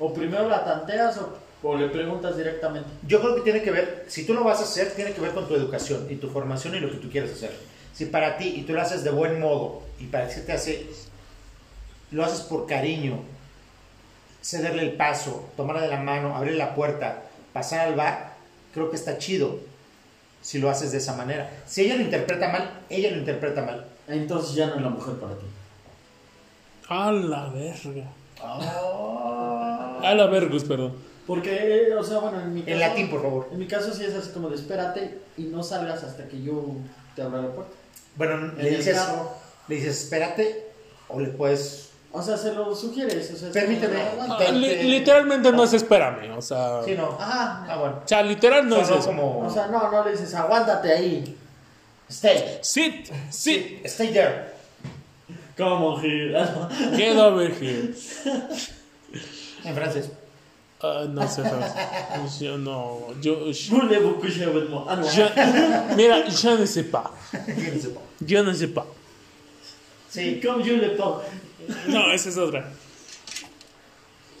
Speaker 2: ¿O primero la tanteas o, o le preguntas directamente?
Speaker 3: Yo creo que tiene que ver, si tú lo vas a hacer, tiene que ver con tu educación y tu formación y lo que tú quieres hacer. Si para ti y tú lo haces de buen modo y para ti se te hace lo haces por cariño, cederle el paso, tomarla de la mano, abrir la puerta, pasar al bar, creo que está chido si lo haces de esa manera. Si ella lo interpreta mal, ella lo interpreta mal.
Speaker 2: Entonces ya no es la mujer para ti.
Speaker 1: A la verga.
Speaker 2: Ah.
Speaker 1: A la vergus, perdón.
Speaker 2: Porque, eh, o sea, bueno, en mi caso.
Speaker 3: En latín, por favor.
Speaker 2: En mi caso sí es así como de espérate y no salgas hasta que yo te abra la puerta.
Speaker 3: Bueno,
Speaker 2: En
Speaker 3: le
Speaker 2: el
Speaker 3: dices,
Speaker 2: carro.
Speaker 3: le dices, espérate, o le puedes.
Speaker 2: O sea, se lo sugieres. O sea, es
Speaker 3: Permíteme.
Speaker 2: como,
Speaker 1: Ah,
Speaker 2: "Aguanta".
Speaker 3: Entonces-
Speaker 1: li- literalmente no es espérame, o sea.
Speaker 3: Sí, no.
Speaker 2: Ajá.
Speaker 3: Ah, bueno.
Speaker 1: O sea, literal no es
Speaker 3: Sonó
Speaker 1: eso.
Speaker 3: como.
Speaker 2: O sea, no, no le dices, aguántate ahí. Stay.
Speaker 1: Sit, sit,
Speaker 3: Stay there.
Speaker 2: ¿Cómo, Gil?
Speaker 1: get over here.
Speaker 3: En francés.
Speaker 1: Ah, no sé, francés. Yo no. Yo. yo-
Speaker 2: Voulez-vous que je vous demande? Ah, no.
Speaker 1: yo- mira, yo no sé pas.
Speaker 3: Fíjense.
Speaker 1: Yo no sé pas.
Speaker 3: Sí.
Speaker 2: Comme je le parle.
Speaker 1: No, esa es otra.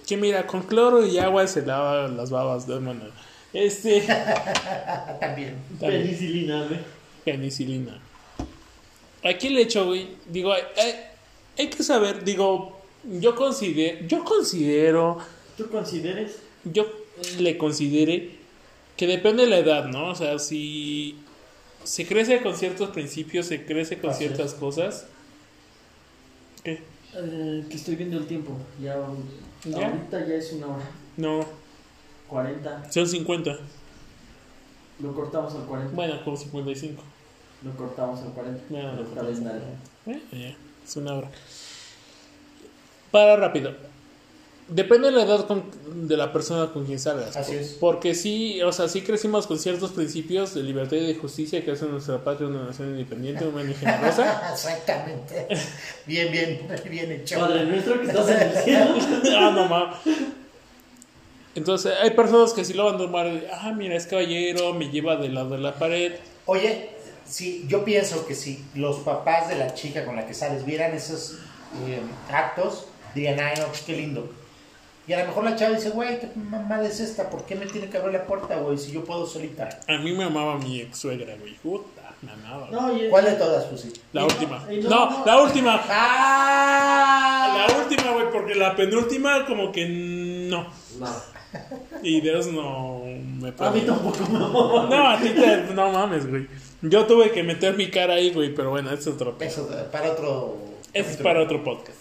Speaker 1: Que mira, con cloro y agua se lavan las babas de hermano. Este.
Speaker 3: Ah, también.
Speaker 1: también.
Speaker 2: Penicilina, güey.
Speaker 1: penicilina. Aquí el hecho, güey, digo, hay, hay- hay que saber, digo, yo considero, yo considero,
Speaker 2: ¿Tú consideres?
Speaker 1: yo le considere que depende de la edad, ¿no? O sea, si se crece con ciertos principios, se crece con
Speaker 2: Así es.
Speaker 1: ciertas cosas. ¿Qué?
Speaker 2: Eh, que estoy viendo el tiempo. Ya,
Speaker 1: ¿Ya?
Speaker 2: ahorita ya es una hora.
Speaker 1: No,
Speaker 2: 40.
Speaker 1: son 50.
Speaker 2: Lo cortamos al 40.
Speaker 1: Bueno, como 55.
Speaker 2: Lo cortamos al 40.
Speaker 1: No, no,
Speaker 2: Lo calendario.
Speaker 1: Bueno, ya, es una hora. Para rápido. Depende de la edad con- de la persona con quien salgas.
Speaker 3: Así es.
Speaker 1: Porque sí, o sea, sí crecimos con ciertos principios de libertad y de justicia que hacen nuestra patria una nación independiente, humana y generosa.
Speaker 3: Exactamente. Bien, bien, bien hecho.
Speaker 2: Padre nuestro que estás en el cielo.
Speaker 1: ah, no mames. Entonces, hay personas que sí lo van a tomar. de, Ah, mira, es caballero, me lleva del lado de la pared.
Speaker 3: Oye, sí, yo pienso que si los papás de la chica con la que sales vieran esos eh, actos, dirían, ay, no, pues qué lindo. Y a lo mejor la chava dice, güey, ¿qué mamada es esta? ¿Por qué me tiene que abrir la puerta, güey, si yo puedo solita?
Speaker 1: A mí me amaba mi ex suegra, güey. Puta, me amaba. güey.
Speaker 2: No, y
Speaker 3: ¿Cuál de todas, Fusi?
Speaker 1: La
Speaker 2: y no-
Speaker 1: última.
Speaker 2: y no-
Speaker 1: No, la última.
Speaker 3: ¡Ah!
Speaker 1: La última, güey, porque la penúltima como que no. Y de eso no me
Speaker 2: A mí
Speaker 1: parece.
Speaker 2: tampoco me amó.
Speaker 1: No, a ti te- no mames, güey. Yo tuve que meter mi cara ahí, güey, pero bueno, ese es otro peso.
Speaker 3: Eso para otro.
Speaker 1: Ese es para otro podcast.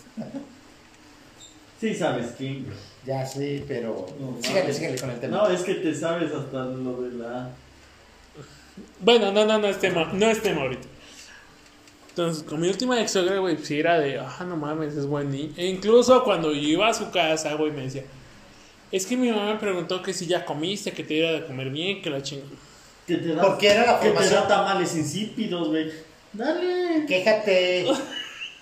Speaker 2: Sí, sabes quién. güey.
Speaker 3: Ya sí, pero.
Speaker 2: No,
Speaker 3: sígale,
Speaker 2: mames.
Speaker 3: sígale con el tema.
Speaker 2: No, es que te sabes hasta lo de la.
Speaker 1: Bueno, no, no, no es tema, no es tema ahorita. Entonces, con mi última ex suegra, güey, sí era de, ah, no mames, es buen niño. E incluso cuando yo iba a su casa, güey, me decía, es que mi mamá me preguntó que si ya comiste, que te diera de comer bien, que la chingada.
Speaker 2: Que te da,
Speaker 3: Porque era la
Speaker 2: que te da
Speaker 3: formación.
Speaker 2: tamales insípidos, güey. Dale.
Speaker 3: Quéjate.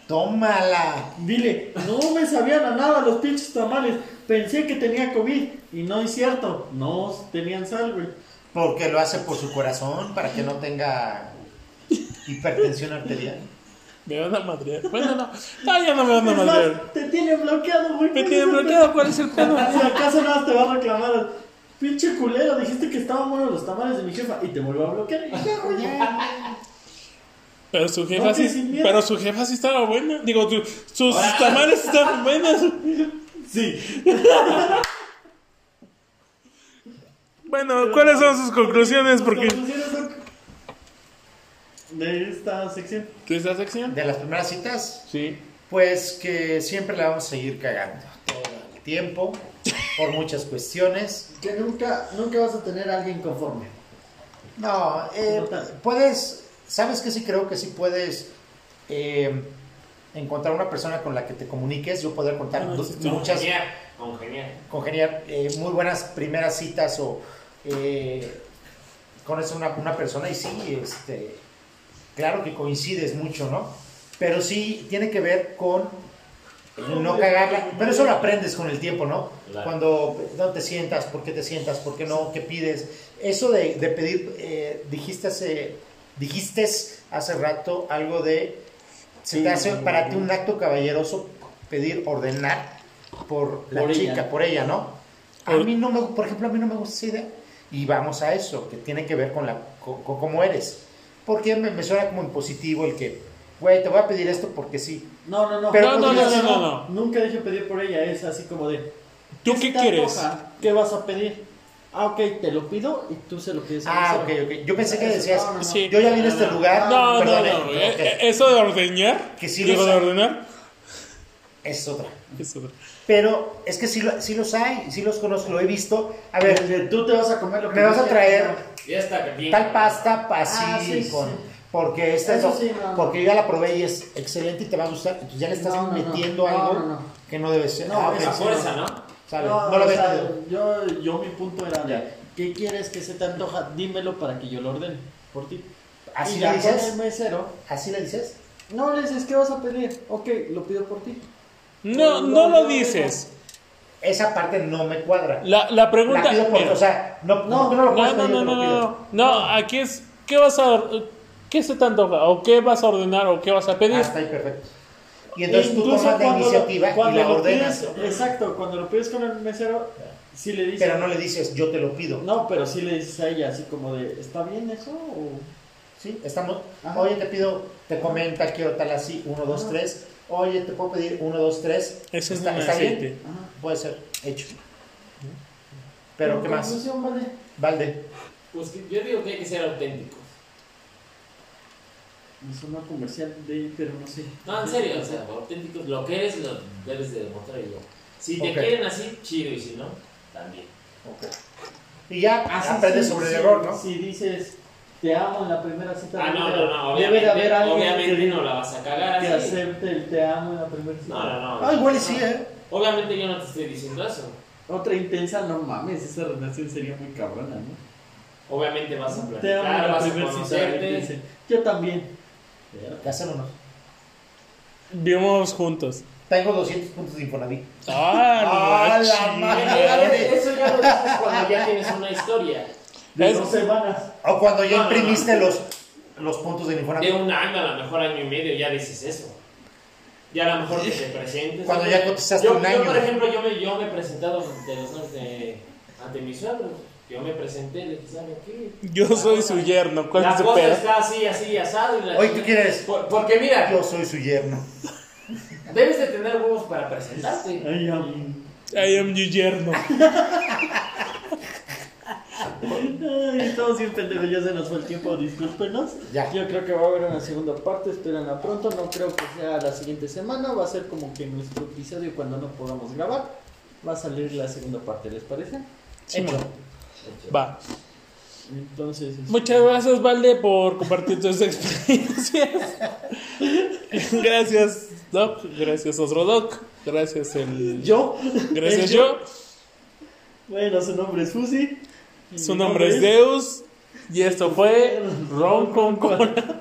Speaker 3: Tómala.
Speaker 2: Dile, no me sabían a nada los pinches tamales. Pensé que tenía COVID. Y no es cierto. No tenían sal, güey.
Speaker 3: Porque lo hace por su corazón, para que no tenga hipertensión arterial.
Speaker 1: Me van a madrear. Bueno, no, no, ya no me van a
Speaker 2: Es más,
Speaker 1: madrear.
Speaker 2: te tiene bloqueado, güey.
Speaker 1: Me tiene bloqueado, ¿cuál es el pedo?
Speaker 2: Si acaso nada te va a reclamar. Pinche culero, dijiste que estaban buenos los tamales de mi jefa. Y te vuelvo a bloquear. Y ya, güey, ya.
Speaker 1: Pero su jefa sí,
Speaker 2: Porque sin miedo.
Speaker 1: pero su jefa sí estaba buena. Digo, tu- sus tamales estaban buenas.
Speaker 2: Sí.
Speaker 1: Bueno, ¿cuáles son sus conclusiones?
Speaker 2: Tus
Speaker 1: Porque
Speaker 2: conclusiones son De esta sección.
Speaker 1: ¿De esa sección?
Speaker 3: De las primeras citas,
Speaker 1: Sí.
Speaker 3: pues que siempre la vamos a seguir cagando. Todo el tiempo, por muchas cuestiones.
Speaker 2: Que nunca, nunca vas a tener a alguien conforme.
Speaker 3: No, eh, puedes, sabes que sí creo que sí puedes eh, encontrar una persona con la que te comuniques, yo poder contar
Speaker 1: Ah,
Speaker 3: du-
Speaker 1: sí, sí.
Speaker 3: muchas,
Speaker 4: Congenial, congenial.
Speaker 3: congeniar eh, muy buenas primeras citas o eh, conoces a una, una persona y sí, este, claro que coincides mucho, ¿no? Pero sí tiene que ver con no cagarla, pero eso lo aprendes con el tiempo, ¿no?
Speaker 4: Claro.
Speaker 3: Cuando no te sientas, por qué te sientas, por qué no, qué pides. Eso de, de pedir, eh, dijiste hace Dijiste hace rato algo de. Se te hace para ti un acto caballeroso pedir, ordenar por la
Speaker 2: Por ella.
Speaker 3: chica, por ella, ¿no? A
Speaker 1: Por-
Speaker 3: mí no me, por ejemplo, a mí no me gusta esa idea. Y vamos a eso, que tiene que ver con, la, con, con cómo eres. Porque me, me suena como impositivo el que, güey, te voy a pedir esto porque sí.
Speaker 2: No, no, no.
Speaker 3: Pero No,
Speaker 1: no,
Speaker 3: no,
Speaker 1: no, no, no.
Speaker 2: Nunca dije pedir por ella, es así como de.
Speaker 1: ¿Tú
Speaker 2: se
Speaker 1: qué
Speaker 2: te
Speaker 1: quieres?
Speaker 2: antoja? ¿Qué vas a pedir? Ah, ok, te lo pido y tú se lo pides a
Speaker 3: Ah,
Speaker 2: la
Speaker 3: ok,
Speaker 2: persona.
Speaker 3: ok. Yo pensé que
Speaker 2: Eso,
Speaker 3: decías,
Speaker 2: no, no, no.
Speaker 1: Sí.
Speaker 3: yo ya vine a este lugar,
Speaker 1: No, no,
Speaker 3: perdone.
Speaker 1: no.
Speaker 3: Ok,
Speaker 1: eh, eh, Eso de ordeñar.
Speaker 3: Que sí
Speaker 1: Digo,
Speaker 3: los
Speaker 1: de
Speaker 3: hay.
Speaker 1: ordenar.
Speaker 3: Es otra.
Speaker 1: Eso de-
Speaker 3: Pero es que sí, lo- sí los hay, sí los conozco, lo he visto. A ver,
Speaker 2: El de tú te vas a comer lo que
Speaker 3: me vas a
Speaker 2: yo
Speaker 3: traer
Speaker 2: quiera.
Speaker 4: Ya está, que bien.
Speaker 3: tal pasta pa- así,
Speaker 2: Ah, sí, sí,
Speaker 3: con-
Speaker 2: sí.
Speaker 3: porque esta es
Speaker 2: Eso
Speaker 3: lo-
Speaker 2: sí, no, no.
Speaker 3: porque yo ya la probé y es excelente y te va a gustar. Entonces ya le estás
Speaker 2: No, no, no.
Speaker 3: metiendo
Speaker 2: No,
Speaker 3: algo
Speaker 2: no, no.
Speaker 3: que no debe ser.
Speaker 2: No,
Speaker 3: Ah,
Speaker 4: Es
Speaker 3: ok,
Speaker 4: a
Speaker 2: sí,
Speaker 4: fuerza,
Speaker 2: no.
Speaker 4: ¿no?
Speaker 3: sale,
Speaker 2: No,
Speaker 3: no lo
Speaker 2: o
Speaker 3: había
Speaker 2: sea,
Speaker 3: entendido.
Speaker 2: yo, yo mi punto era de,
Speaker 3: Ya.
Speaker 2: ¿qué quieres que se te antoja? Dímelo para que yo lo ordene por ti.
Speaker 3: ¿Así
Speaker 2: y
Speaker 3: le
Speaker 2: ya con
Speaker 3: dices?
Speaker 2: el mesero,
Speaker 3: Así le dices.
Speaker 2: no le dices, ¿qué vas a pedir? Ok, lo pido por ti.
Speaker 1: No, no lo dices.
Speaker 3: Esa parte no me cuadra.
Speaker 1: La, la
Speaker 3: La
Speaker 1: pregunta.
Speaker 3: pido por-
Speaker 1: mira,
Speaker 3: o sea, no, no, tú no lo
Speaker 1: No,
Speaker 3: puedes
Speaker 1: no,
Speaker 3: pedir,
Speaker 1: no,
Speaker 3: yo
Speaker 1: no,
Speaker 3: te lo
Speaker 1: no,
Speaker 3: pido.
Speaker 1: no. No, aquí es. ¿Qué vas a. or- ¿Qué se te antoja? ¿O qué vas a ordenar? ¿O qué vas a pedir?
Speaker 3: Hasta ahí perfecto. Y entonces tú
Speaker 2: Incluso
Speaker 3: tomas la
Speaker 2: cuando lo-
Speaker 3: iniciativa y
Speaker 2: cuando
Speaker 3: la
Speaker 2: lo
Speaker 3: ordenas.
Speaker 2: pides- exacto, cuando lo pides con el mesero, sí le dices.
Speaker 3: Pero no le dices, yo te lo pido.
Speaker 2: No, pero sí le dices a ella, así como de, ¿está bien eso? O...
Speaker 3: Sí, estamos.
Speaker 2: Ajá.
Speaker 3: Oye, te pido, te comenta, quiero tal así, 1, 2, 3. Oye, te puedo pedir 1, 2, 3.
Speaker 1: Eso es
Speaker 3: ¿Está,
Speaker 1: un
Speaker 3: está
Speaker 1: aceite.
Speaker 3: bien?
Speaker 2: Ajá.
Speaker 3: Puede ser, hecho. Pero, ¿qué
Speaker 2: En
Speaker 3: más?
Speaker 2: conclusión, vale.
Speaker 3: Valde.
Speaker 4: Pues que- yo digo que hay que ser auténticos.
Speaker 2: Me suena comercial de, pero no sé.
Speaker 4: No, en serio, o sea, auténticos. Lo que eres lo debes de demostrar y yo. Si te
Speaker 3: Ok.
Speaker 4: quieren así, chido, y si no, también.
Speaker 3: Y ya
Speaker 2: Así
Speaker 3: aprendes
Speaker 2: Ah, sí,
Speaker 3: sobre
Speaker 2: sí,
Speaker 3: el error, ¿no?
Speaker 2: Si dices, te amo en la primera cita.
Speaker 4: Ah, no,
Speaker 2: debe-
Speaker 4: no, no,
Speaker 2: Debe de
Speaker 4: obviamente,
Speaker 2: haber alguien
Speaker 4: obviamente
Speaker 2: que,
Speaker 4: no la vas a cagar
Speaker 2: que
Speaker 4: así.
Speaker 2: acepte el te amo en la primera cita.
Speaker 4: No, no, no.
Speaker 3: Ah, igual y sí, ¿eh?
Speaker 4: Obviamente yo no te estoy diciendo eso.
Speaker 2: Otra intensa, no mames, esa relación sería muy cabrona, ¿no?
Speaker 4: Obviamente vas a
Speaker 2: Te amo en
Speaker 4: platicar,
Speaker 2: la
Speaker 4: vas a
Speaker 2: primera cita. y
Speaker 4: conocerte.
Speaker 2: dice, Yo también.
Speaker 3: ¿Qué hacemos?
Speaker 1: Vivimos juntos.
Speaker 3: Tengo 200 puntos de Infonavit.
Speaker 1: ¡Ah,
Speaker 3: ¡Ah,
Speaker 1: no,
Speaker 3: la
Speaker 1: chingada!
Speaker 3: madre!
Speaker 4: Eso ya lo dices cuando ya tienes una historia.
Speaker 2: De
Speaker 1: Es-
Speaker 2: dos semanas.
Speaker 3: O cuando ya
Speaker 4: No, no,
Speaker 3: imprimiste
Speaker 4: no.
Speaker 3: los, los puntos de
Speaker 4: De
Speaker 3: Infonavit.
Speaker 4: un año, a lo mejor año y medio, ya dices eso. Ya a lo mejor que te presentes.
Speaker 3: Cuando
Speaker 4: ¿no?
Speaker 3: ya cotizaste
Speaker 4: Yo-
Speaker 3: un
Speaker 4: Yo,
Speaker 3: año.
Speaker 4: por ejemplo, yo me, yo me he presentado ante, los, ante, ante mis suegros. Yo me presenté, le dije, ¿saben qué?
Speaker 1: Yo
Speaker 4: La
Speaker 1: soy
Speaker 4: cosa-
Speaker 1: su yerno. ¿Cuál
Speaker 4: La
Speaker 1: es su
Speaker 4: cosa
Speaker 1: pedo?
Speaker 4: está así, así, asado. y la-
Speaker 3: Oye, ¿tú quién eres?
Speaker 4: Por- porque mira,
Speaker 3: Yo soy su yerno.
Speaker 4: debes de tener huevos para presentarte.
Speaker 2: Ay, am-
Speaker 1: I am your yerno.
Speaker 2: Ay, estamos bien pendejos, ya se nos fue el tiempo, discúlpenos.
Speaker 3: Ya.
Speaker 2: Yo creo que va a haber una segunda parte, espérenla pronto, no creo que sea la siguiente semana, va a ser como que nuestro episodio cuando no podamos grabar, va a salir la segunda parte, ¿les parece?
Speaker 3: Hecho.
Speaker 1: Va.
Speaker 2: Entonces, este, es-
Speaker 1: Muchas gracias, Valde, por compartir tus experiencias. gracias, Doc. Gracias, otro Doc. Gracias, el.
Speaker 2: yo,
Speaker 1: Gracias, yo.
Speaker 2: bueno, su nombre es Fusi.
Speaker 1: Su nombre es Deus. Y esto fue Ron con Cola.